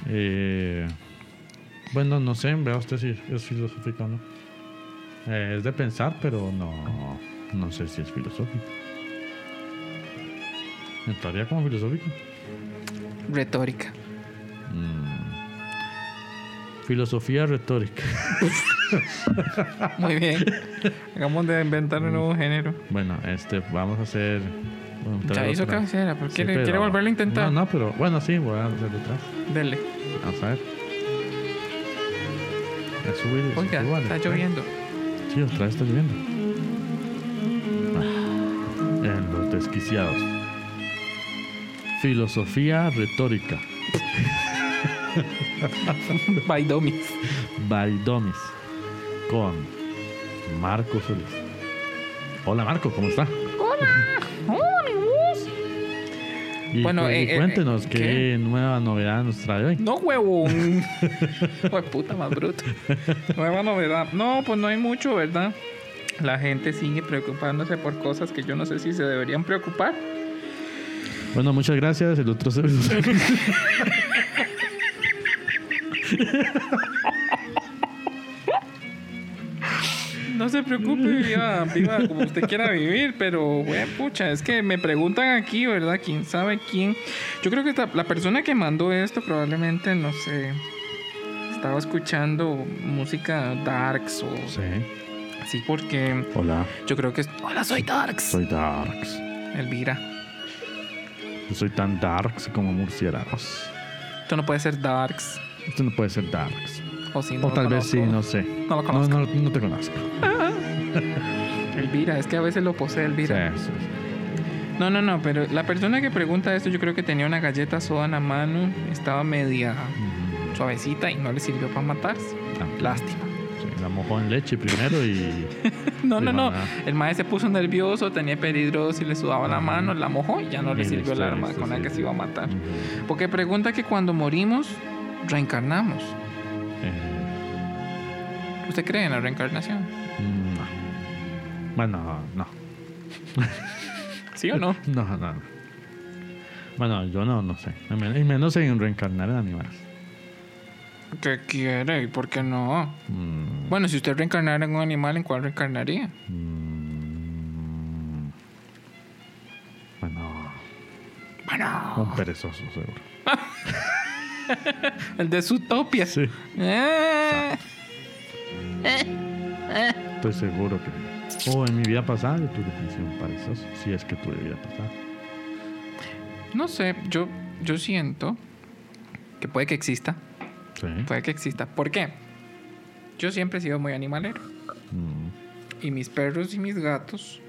Speaker 1: eh, bueno, no sé, vea usted si es filosófica o no. Eh, es de pensar, pero no, no sé si es filosófica. ¿Entraría como filosófica?
Speaker 2: Retórica.
Speaker 1: Filosofía retórica.
Speaker 2: Muy bien. Acabamos de inventar un nuevo género.
Speaker 1: Bueno, este, vamos a hacer. bueno,
Speaker 2: Ya
Speaker 1: otra-
Speaker 2: hizo
Speaker 1: otra-
Speaker 2: cabecera, pero
Speaker 1: Sí,
Speaker 2: quiere,
Speaker 1: pero-
Speaker 2: quiere volverlo a intentar.
Speaker 1: No, no, pero bueno, sí, voy a hacer detrás.
Speaker 2: Dele.
Speaker 1: Vamos a ver. Es subir, es
Speaker 2: Oiga,
Speaker 1: igual,
Speaker 2: está
Speaker 1: espera.
Speaker 2: lloviendo.
Speaker 1: Sí, otra vez está lloviendo. Ah, en los desquiciados. Filosofía retórica.
Speaker 2: Baidomis.
Speaker 1: Baidomis. Con Marco Solís. Hola Marco, ¿cómo está? Y
Speaker 2: Bueno,
Speaker 1: cu- y
Speaker 2: eh, eh,
Speaker 1: cuéntenos
Speaker 2: eh,
Speaker 1: qué,
Speaker 2: ¿qué?
Speaker 1: nueva novedad nos trae hoy.
Speaker 2: No, huevón. Hijo de puta, más bruto. Nueva novedad. No, pues no hay mucho, ¿verdad? La gente sigue preocupándose por cosas que yo no sé si se deberían preocupar.
Speaker 1: Bueno, muchas gracias. El otro se-
Speaker 2: No se preocupe, viva, viva como usted quiera vivir, pero, güey, pucha, es que me preguntan aquí, ¿verdad? ¿Quién sabe quién? Yo creo que esta- la persona que mandó esto probablemente, no sé, estaba escuchando música darks o
Speaker 1: Sí.
Speaker 2: así, porque
Speaker 1: Hola,
Speaker 2: yo creo que es... Hola, soy darks.
Speaker 1: soy Darks.
Speaker 2: Elvira,
Speaker 1: Yo soy tan Darks como murciélagos.
Speaker 2: tú no puedes ser darks.
Speaker 1: Esto no puede ser Darks.
Speaker 2: O, si no
Speaker 1: O
Speaker 2: lo
Speaker 1: tal vez sí,
Speaker 2: conozco.
Speaker 1: no sé.
Speaker 2: No lo
Speaker 1: No,
Speaker 2: conozco.
Speaker 1: no, no te conozco.
Speaker 2: Elvira, es que a veces lo posee Elvira.
Speaker 1: Sí, sí, sí.
Speaker 2: No, no, no, pero la persona que pregunta esto yo creo que tenía una galleta soda en la mano, estaba media
Speaker 1: Mm,
Speaker 2: suavecita y no le sirvió para matarse.
Speaker 1: ah,
Speaker 2: Lástima.
Speaker 1: sí, la mojó en leche primero y. "Ah".
Speaker 2: No, no,
Speaker 1: Sí,
Speaker 2: no.
Speaker 1: maná.
Speaker 2: El maestro se puso nervioso, tenía peligros y le sudaba la
Speaker 1: Ajá.
Speaker 2: mano, la mojó y ya no le
Speaker 1: Y
Speaker 2: sirvió el
Speaker 1: listo,
Speaker 2: arma
Speaker 1: listo,
Speaker 2: con la
Speaker 1: sí,
Speaker 2: que se
Speaker 1: sí.
Speaker 2: iba a matar.
Speaker 1: Ujú.
Speaker 2: Porque pregunta que cuando morimos, reencarnamos.
Speaker 1: Eh,
Speaker 2: ¿Usted cree en la reencarnación?
Speaker 1: no. Bueno, no.
Speaker 2: ¿Sí o no?
Speaker 1: No, no, no. Bueno, yo no, no sé. Y men- Y menos en reencarnar en animales.
Speaker 2: ¿Qué quiere y por qué no?
Speaker 1: Mm,
Speaker 2: Bueno, si usted reencarnara en un animal, ¿en cuál reencarnaría?
Speaker 1: mm. bueno,
Speaker 2: Bueno,
Speaker 1: un perezoso seguro.
Speaker 2: el de Zootopia.
Speaker 1: Sí,
Speaker 2: Eh,
Speaker 1: estoy seguro que. O en mi vida pasada yo tuve que ser un perezoso. Si es que tuve vida pasada.
Speaker 2: no sé, yo, yo siento que puede que exista.
Speaker 1: Sí.
Speaker 2: Puede que exista. ¿Por qué? Yo siempre he sido muy animalero.
Speaker 1: Mm.
Speaker 2: Y mis perros y mis gatos,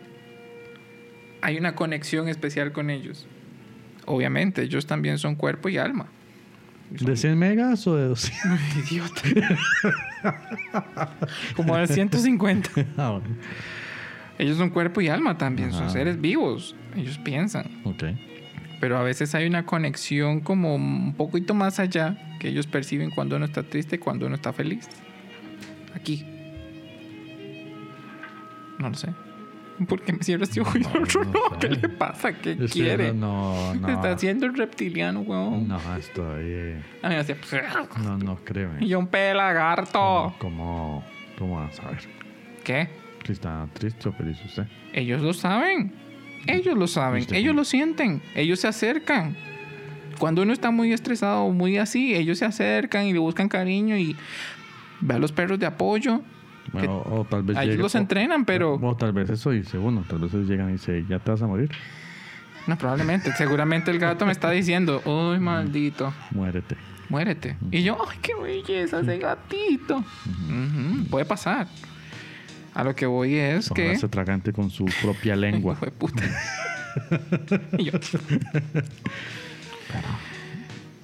Speaker 2: hay una conexión especial con ellos. Obviamente, ellos también son cuerpo y alma.
Speaker 1: ¿De 100 megas o de 200?
Speaker 2: Idiota. Como de 150.
Speaker 1: ah, bueno.
Speaker 2: Ellos son cuerpo y alma también, son
Speaker 1: Ajá.
Speaker 2: seres vivos. Ellos piensan.
Speaker 1: Ok.
Speaker 2: Pero a veces hay una conexión como un poquito más allá que ellos perciben cuando uno está triste, cuando uno está feliz. Aquí. No lo sé. ¿Por qué me cierra este ojo y
Speaker 1: No,
Speaker 2: otro
Speaker 1: no
Speaker 2: no? ¿Qué
Speaker 1: sé. Este
Speaker 2: le pasa? ¿Qué
Speaker 1: Es que
Speaker 2: quiere?
Speaker 1: No, no.
Speaker 2: Está haciendo el reptiliano, weón.
Speaker 1: No, estoy. eh,
Speaker 2: A mí me hacía...
Speaker 1: No, no creo. eh.
Speaker 2: Y yo un pelagarto.
Speaker 1: ¿Cómo, ¿Cómo vas a ver?
Speaker 2: ¿Qué?
Speaker 1: Si está triste o feliz usted.
Speaker 2: Ellos lo saben. Ellos lo saben.
Speaker 1: Viste,
Speaker 2: Ellos
Speaker 1: cómo-
Speaker 2: lo sienten. Ellos se acercan. Cuando uno está muy estresado o muy así, ellos se acercan y le buscan cariño y ve a los perros de apoyo.
Speaker 1: Bueno, o, o tal vez.
Speaker 2: Ahí
Speaker 1: llegue-
Speaker 2: los
Speaker 1: o-
Speaker 2: entrenan, pero...
Speaker 1: O, tal vez eso dice uno. Tal vez ellos llegan y dicen, ya te vas a morir.
Speaker 2: No, probablemente. Seguramente el gato me está diciendo, ¡Uy, maldito!
Speaker 1: Muérete.
Speaker 2: muérete. Y yo, ay, qué belleza ese gatito. Ujú, Puede pasar. A lo que voy es
Speaker 1: Ojalá
Speaker 2: que...
Speaker 1: se tragante con su propia lengua.
Speaker 2: Hijo de puta. Y yo.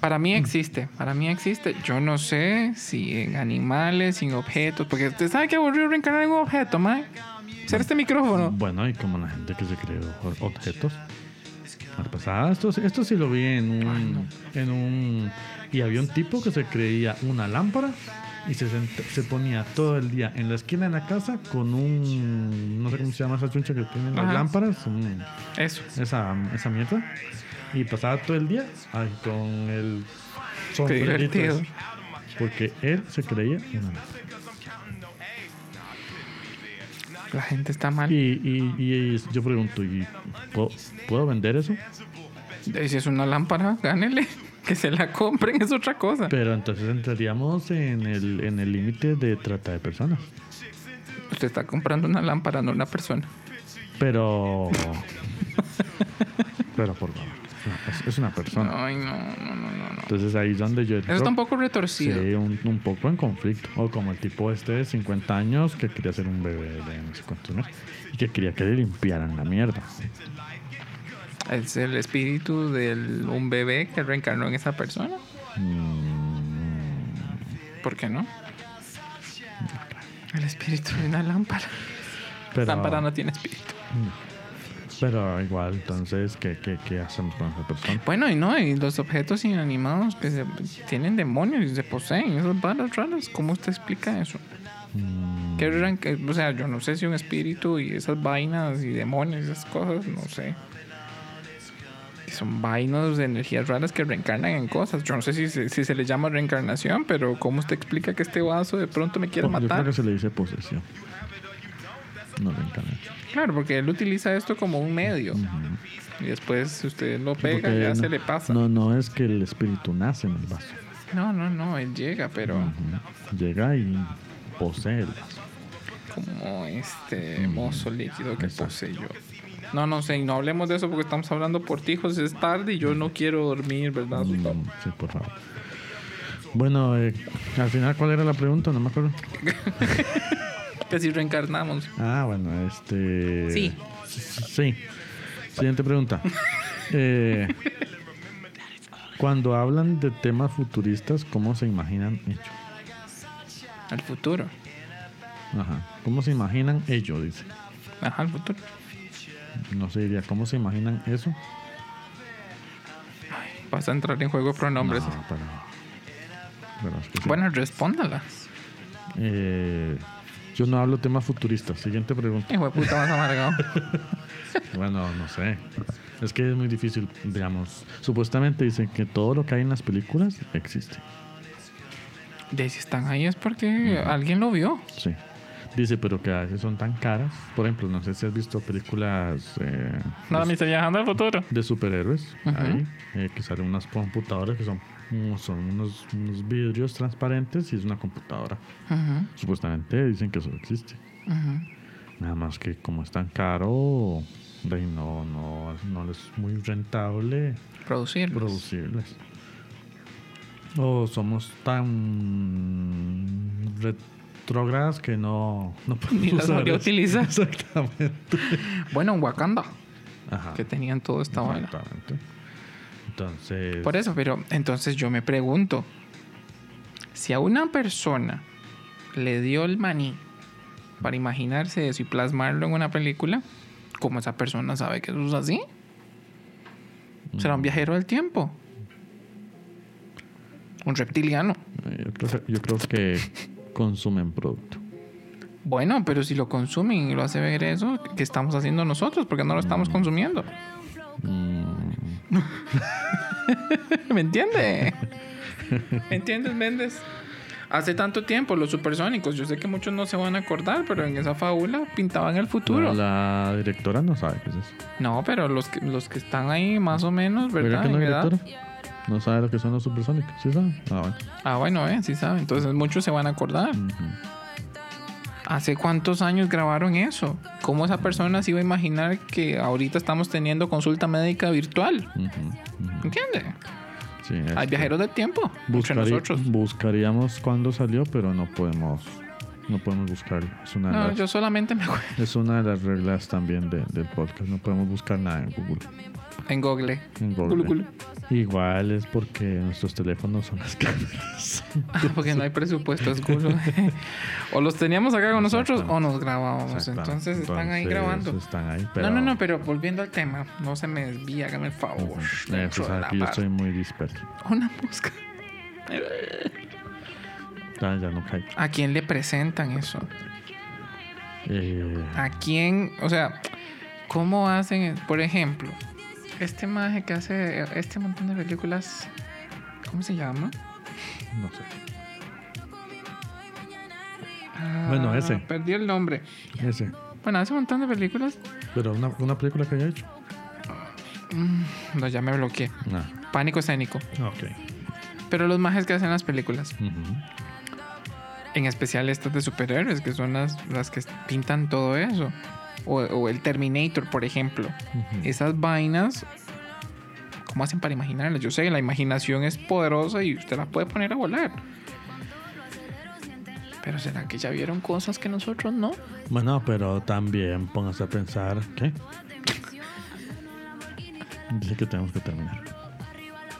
Speaker 2: Para mí existe, para mí existe. Yo no sé si en animales, sin objetos, porque usted sabe que aburrido reencarnar en un objeto, man. Ser este micrófono.
Speaker 1: Bueno, y como la gente que se creó objetos. La pasada, esto, esto sí lo vi en un, en un... Y había un tipo que se creía una lámpara y se, sent- se ponía todo el día en la esquina de la casa con un... No sé cómo se llama esa chuncha que tienen las
Speaker 2: Ajá.
Speaker 1: lámparas. un-
Speaker 2: Eso.
Speaker 1: esa, esa mierda. Y pasaba todo el día ay, con el...
Speaker 2: Qué
Speaker 1: sombrerito
Speaker 2: divertido.
Speaker 1: ese, Porque él se creía una lámpara.
Speaker 2: La gente está mal.
Speaker 1: Y, y, y- y yo pregunto, ¿y ¿puedo, puedo vender eso?
Speaker 2: Y Si es una lámpara, gánele. Que se la compren es otra cosa.
Speaker 1: Pero entonces entraríamos en el en el límite de trata de personas.
Speaker 2: Usted está comprando una lámpara, no una persona.
Speaker 1: Pero. pero por favor. es- Es una persona.
Speaker 2: Ay, no, no, no, no. no.
Speaker 1: Entonces ahí es donde yo.
Speaker 2: Eso está un poco retorcido.
Speaker 1: Sí, un, un poco en conflicto. O como el tipo este de 50 años que quería ser un bebé de no sé cuántos meses y que quería que le limpiaran la mierda.
Speaker 2: Es el espíritu de un bebé que reencarnó en esa persona.
Speaker 1: Mm,
Speaker 2: ¿Por qué no? El espíritu de una lámpara.
Speaker 1: Pero,
Speaker 2: Lámpara no tiene espíritu.
Speaker 1: pero igual, entonces, ¿qué, qué, ¿qué hacemos con esa persona?
Speaker 2: Bueno, y no, y los objetos inanimados que se- tienen demonios y se poseen, esos varas raras, ¿cómo usted explica eso?
Speaker 1: Mm,
Speaker 2: ¿Qué ran- qué- o sea, yo no sé si un espíritu y esas vainas y demonios, esas cosas, no sé. Son vainas de energías raras que reencarnan en cosas. Yo no sé si, se- si se le llama reencarnación, pero ¿cómo usted explica que este vaso de pronto me quiere
Speaker 1: Yo creo
Speaker 2: matar?
Speaker 1: que se le dice posesión. No le encanta.
Speaker 2: Claro, porque él utiliza esto como un medio. Y después, si usted lo pega,
Speaker 1: Porque
Speaker 2: ya
Speaker 1: no-
Speaker 2: se le pasa.
Speaker 1: No, no es que el espíritu nace en el vaso.
Speaker 2: No, no, no, él llega, pero
Speaker 1: Mm. Ujú. Llega y posee el vaso.
Speaker 2: como este mozo líquido que
Speaker 1: Mm. Exacto.
Speaker 2: poseyó. No, no sé, no hablemos de eso porque estamos hablando portijos, es tarde y yo no quiero dormir, ¿verdad? Gustavo?
Speaker 1: Mm, Sí, por favor. Bueno, eh, al final, ¿cuál era la pregunta? No me acuerdo.
Speaker 2: Que si reencarnamos.
Speaker 1: Ah, bueno, este.
Speaker 2: Sí.
Speaker 1: Sí. Siguiente pregunta. Eh, cuando hablan de temas futuristas, ¿cómo se imaginan ellos?
Speaker 2: Al futuro.
Speaker 1: Ajá. ¿Cómo se imaginan ellos? Dice.
Speaker 2: Ajá, al futuro.
Speaker 1: No se diría, ¿cómo se imaginan eso?
Speaker 2: Vas a entrar en juego pronombres.
Speaker 1: No, pero, pero es que sí.
Speaker 2: Bueno, respóndala.
Speaker 1: Eh, yo no hablo temas futuristas. Siguiente pregunta.
Speaker 2: Hijo de puta más amargado.
Speaker 1: Bueno, no sé. Es que es muy difícil, digamos. Supuestamente dicen que todo lo que hay en las películas existe.
Speaker 2: De si están ahí es porque
Speaker 1: Mm.
Speaker 2: alguien lo vio.
Speaker 1: Sí. Dice, pero que a veces son tan caras. Por ejemplo, no sé si has visto películas eh,
Speaker 2: Nada, me está viajando al futuro.
Speaker 1: de superhéroes.
Speaker 2: Ajá.
Speaker 1: Ahí, eh, que salen unas computadoras que son, mm, son unos, unos vidrios transparentes y es una computadora.
Speaker 2: Ajá,
Speaker 1: Supuestamente dicen que eso existe.
Speaker 2: ajá.
Speaker 1: Nada más que como es tan caro, de ahí no, no, no es muy rentable
Speaker 2: Producirlos.
Speaker 1: producirlas. O somos tan retrógradas que no, no podemos
Speaker 2: Ni las sabría
Speaker 1: usarlas.
Speaker 2: utilizar.
Speaker 1: Exactamente.
Speaker 2: Bueno, en Wakanda,
Speaker 1: Ajá.
Speaker 2: que tenían toda esta vaina.
Speaker 1: Exactamente. Entonces,
Speaker 2: Por eso, pero entonces yo me pregunto, si a una persona le dio el maní para imaginarse eso y plasmarlo en una película, ¿cómo esa persona sabe que eso es así? ¿Será un viajero del tiempo? ¿Un reptiliano?
Speaker 1: eh, yo, creo, yo creo que consumen producto.
Speaker 2: Bueno, pero si lo consumen y lo hace ver eso, ¿qué estamos haciendo nosotros? Porque no lo estamos consumiendo.
Speaker 1: Mm,
Speaker 2: ¿Me entiende? ¿Me entiendes, Méndez? Hace tanto tiempo, los supersónicos, yo sé que muchos no se van a acordar, pero en esa fábula pintaban el futuro.
Speaker 1: La, la directora no sabe qué es eso.
Speaker 2: No, pero los que, los que están ahí más o menos,
Speaker 1: ¿Verdad
Speaker 2: ¿verdad?
Speaker 1: que no,
Speaker 2: En edad.
Speaker 1: directora? No sabe lo que son los supersónicos, ¿sí sabe? Ah, bueno.
Speaker 2: Ah, bueno, eh, sí saben. Entonces muchos se van a acordar.
Speaker 1: Mm.
Speaker 2: ¿Hace cuántos años grabaron eso? ¿Cómo esa persona se iba a imaginar que ahorita estamos teniendo consulta médica virtual?
Speaker 1: Ujú, ujú.
Speaker 2: ¿Entiende?
Speaker 1: Sí, este,
Speaker 2: Hay viajeros del tiempo entre
Speaker 1: buscari-
Speaker 2: nosotros.
Speaker 1: Buscaríamos cuándo salió, pero no podemos. No podemos buscar. Es una, de
Speaker 2: No,
Speaker 1: las-
Speaker 2: yo solamente me acuerdo
Speaker 1: es una de las reglas también de- del podcast. No podemos buscar nada en Google.
Speaker 2: en Google.
Speaker 1: en Google.
Speaker 2: Gulu, gulu.
Speaker 1: Igual es porque nuestros teléfonos son las cámaras.
Speaker 2: Ah, porque no hay presupuesto, es culo. o los teníamos acá con nosotros o
Speaker 1: Exactamente.
Speaker 2: nos grabábamos. Entonces están ahí
Speaker 1: Entonces,
Speaker 2: grabando.
Speaker 1: Están ahí, pero...
Speaker 2: No, no, no, pero volviendo al tema, no se me desvía, hágame el favor.
Speaker 1: Eso,
Speaker 2: Dentro de
Speaker 1: sabe
Speaker 2: la
Speaker 1: que Eh, pues, yo
Speaker 2: par-
Speaker 1: estoy muy disperso.
Speaker 2: Una mosca.
Speaker 1: Ah, Ya, ya no caigo.
Speaker 2: ¿A quién le presentan eso?
Speaker 1: Eh,
Speaker 2: ¿A quién? O sea, ¿cómo hacen? Por ejemplo, este maje que hace este montón de películas, ¿cómo se llama?
Speaker 1: no sé.
Speaker 2: Ah,
Speaker 1: Bueno, ese.
Speaker 2: Perdí el nombre.
Speaker 1: Ese.
Speaker 2: Bueno, hace un montón de películas.
Speaker 1: Pero una, una película que haya hecho.
Speaker 2: Mm, No, ya me bloqueé.
Speaker 1: No.
Speaker 2: Pánico escénico.
Speaker 1: Ah, Ok.
Speaker 2: Pero los majes que hacen las películas,
Speaker 1: Ujú.
Speaker 2: en especial estas de superhéroes, que son las, las que pintan todo eso. O, o el Terminator, por ejemplo.
Speaker 1: Ujú.
Speaker 2: Esas vainas, ¿cómo hacen para imaginarlas? Yo sé, la imaginación es poderosa y usted la puede poner a volar. Pero ¿será que ya vieron cosas que nosotros no?
Speaker 1: Bueno, pero también póngase a pensar que. Dice que tenemos que terminar.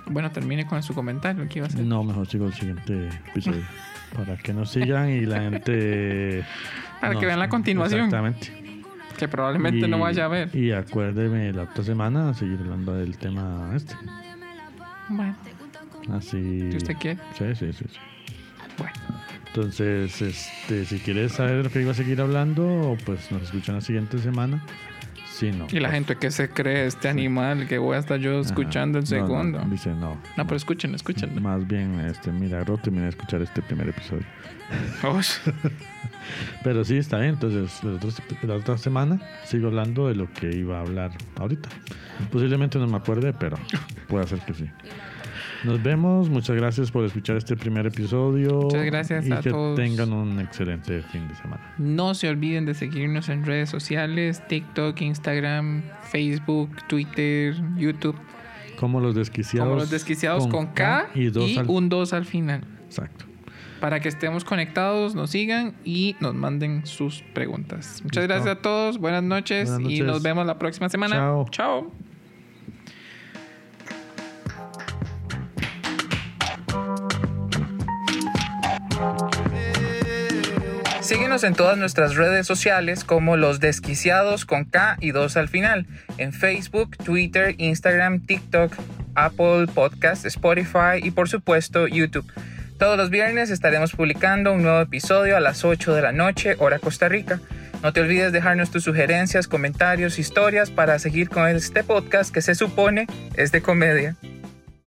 Speaker 2: Bueno, termine con su comentario. ¿Qué iba a hacer?
Speaker 1: No, mejor sigo el siguiente episodio. Para que nos sigan y la gente.
Speaker 2: Para que
Speaker 1: nos-
Speaker 2: vean la continuación.
Speaker 1: Exactamente.
Speaker 2: Que probablemente no
Speaker 1: Y-
Speaker 2: vaya a ver.
Speaker 1: Y acuérdeme la otra semana a seguir hablando del tema este.
Speaker 2: Bueno,
Speaker 1: Así.
Speaker 2: si usted quiere.
Speaker 1: Sí, sí, sí. sí.
Speaker 2: Bueno,
Speaker 1: Entonces, este, si quieres saber de lo que iba a seguir hablando, pues nos escuchan la siguiente semana. Si no.
Speaker 2: y la
Speaker 1: pues,
Speaker 2: gente que se cree este animal que voy a estar yo
Speaker 1: ajá.
Speaker 2: escuchando el
Speaker 1: No, no,
Speaker 2: segundo. No,
Speaker 1: dice no.
Speaker 2: pero escuchen, escuchen.
Speaker 1: Más bien, este milagro terminé de escuchar este primer episodio.
Speaker 2: Ush.
Speaker 1: Pero sí, está bien. Entonces, la otra, la otra semana sigo hablando de lo que iba a hablar ahorita. Posiblemente no me acuerde, pero puede ser que sí. Nos vemos. Muchas gracias por escuchar este primer episodio.
Speaker 2: Muchas gracias
Speaker 1: y
Speaker 2: a
Speaker 1: que
Speaker 2: todos.
Speaker 1: tengan un excelente fin de semana.
Speaker 2: No se olviden de seguirnos en redes sociales, TikTok, Instagram, Facebook, Twitter, YouTube,
Speaker 1: Como los desquiciados.
Speaker 2: como los desquiciados con, K,
Speaker 1: y dos al-
Speaker 2: un 2 al final,
Speaker 1: Exacto.
Speaker 2: para que estemos conectados, nos sigan y nos manden sus preguntas. Muchas
Speaker 1: Listo.
Speaker 2: gracias a todos, buenas noches,
Speaker 1: Buenas
Speaker 2: y
Speaker 1: noches.
Speaker 2: nos vemos la próxima semana.
Speaker 1: Chao.
Speaker 2: Chao. Síguenos en todas nuestras redes sociales como Los Desquiciados con K y 2 al final, en Facebook, Twitter, Instagram, TikTok, Apple Podcast, Spotify y por supuesto YouTube. Todos los viernes estaremos publicando un nuevo episodio a las 8 de la noche, hora Costa Rica. No te olvides dejarnos tus sugerencias, comentarios, historias para seguir con este podcast que se supone es de comedia.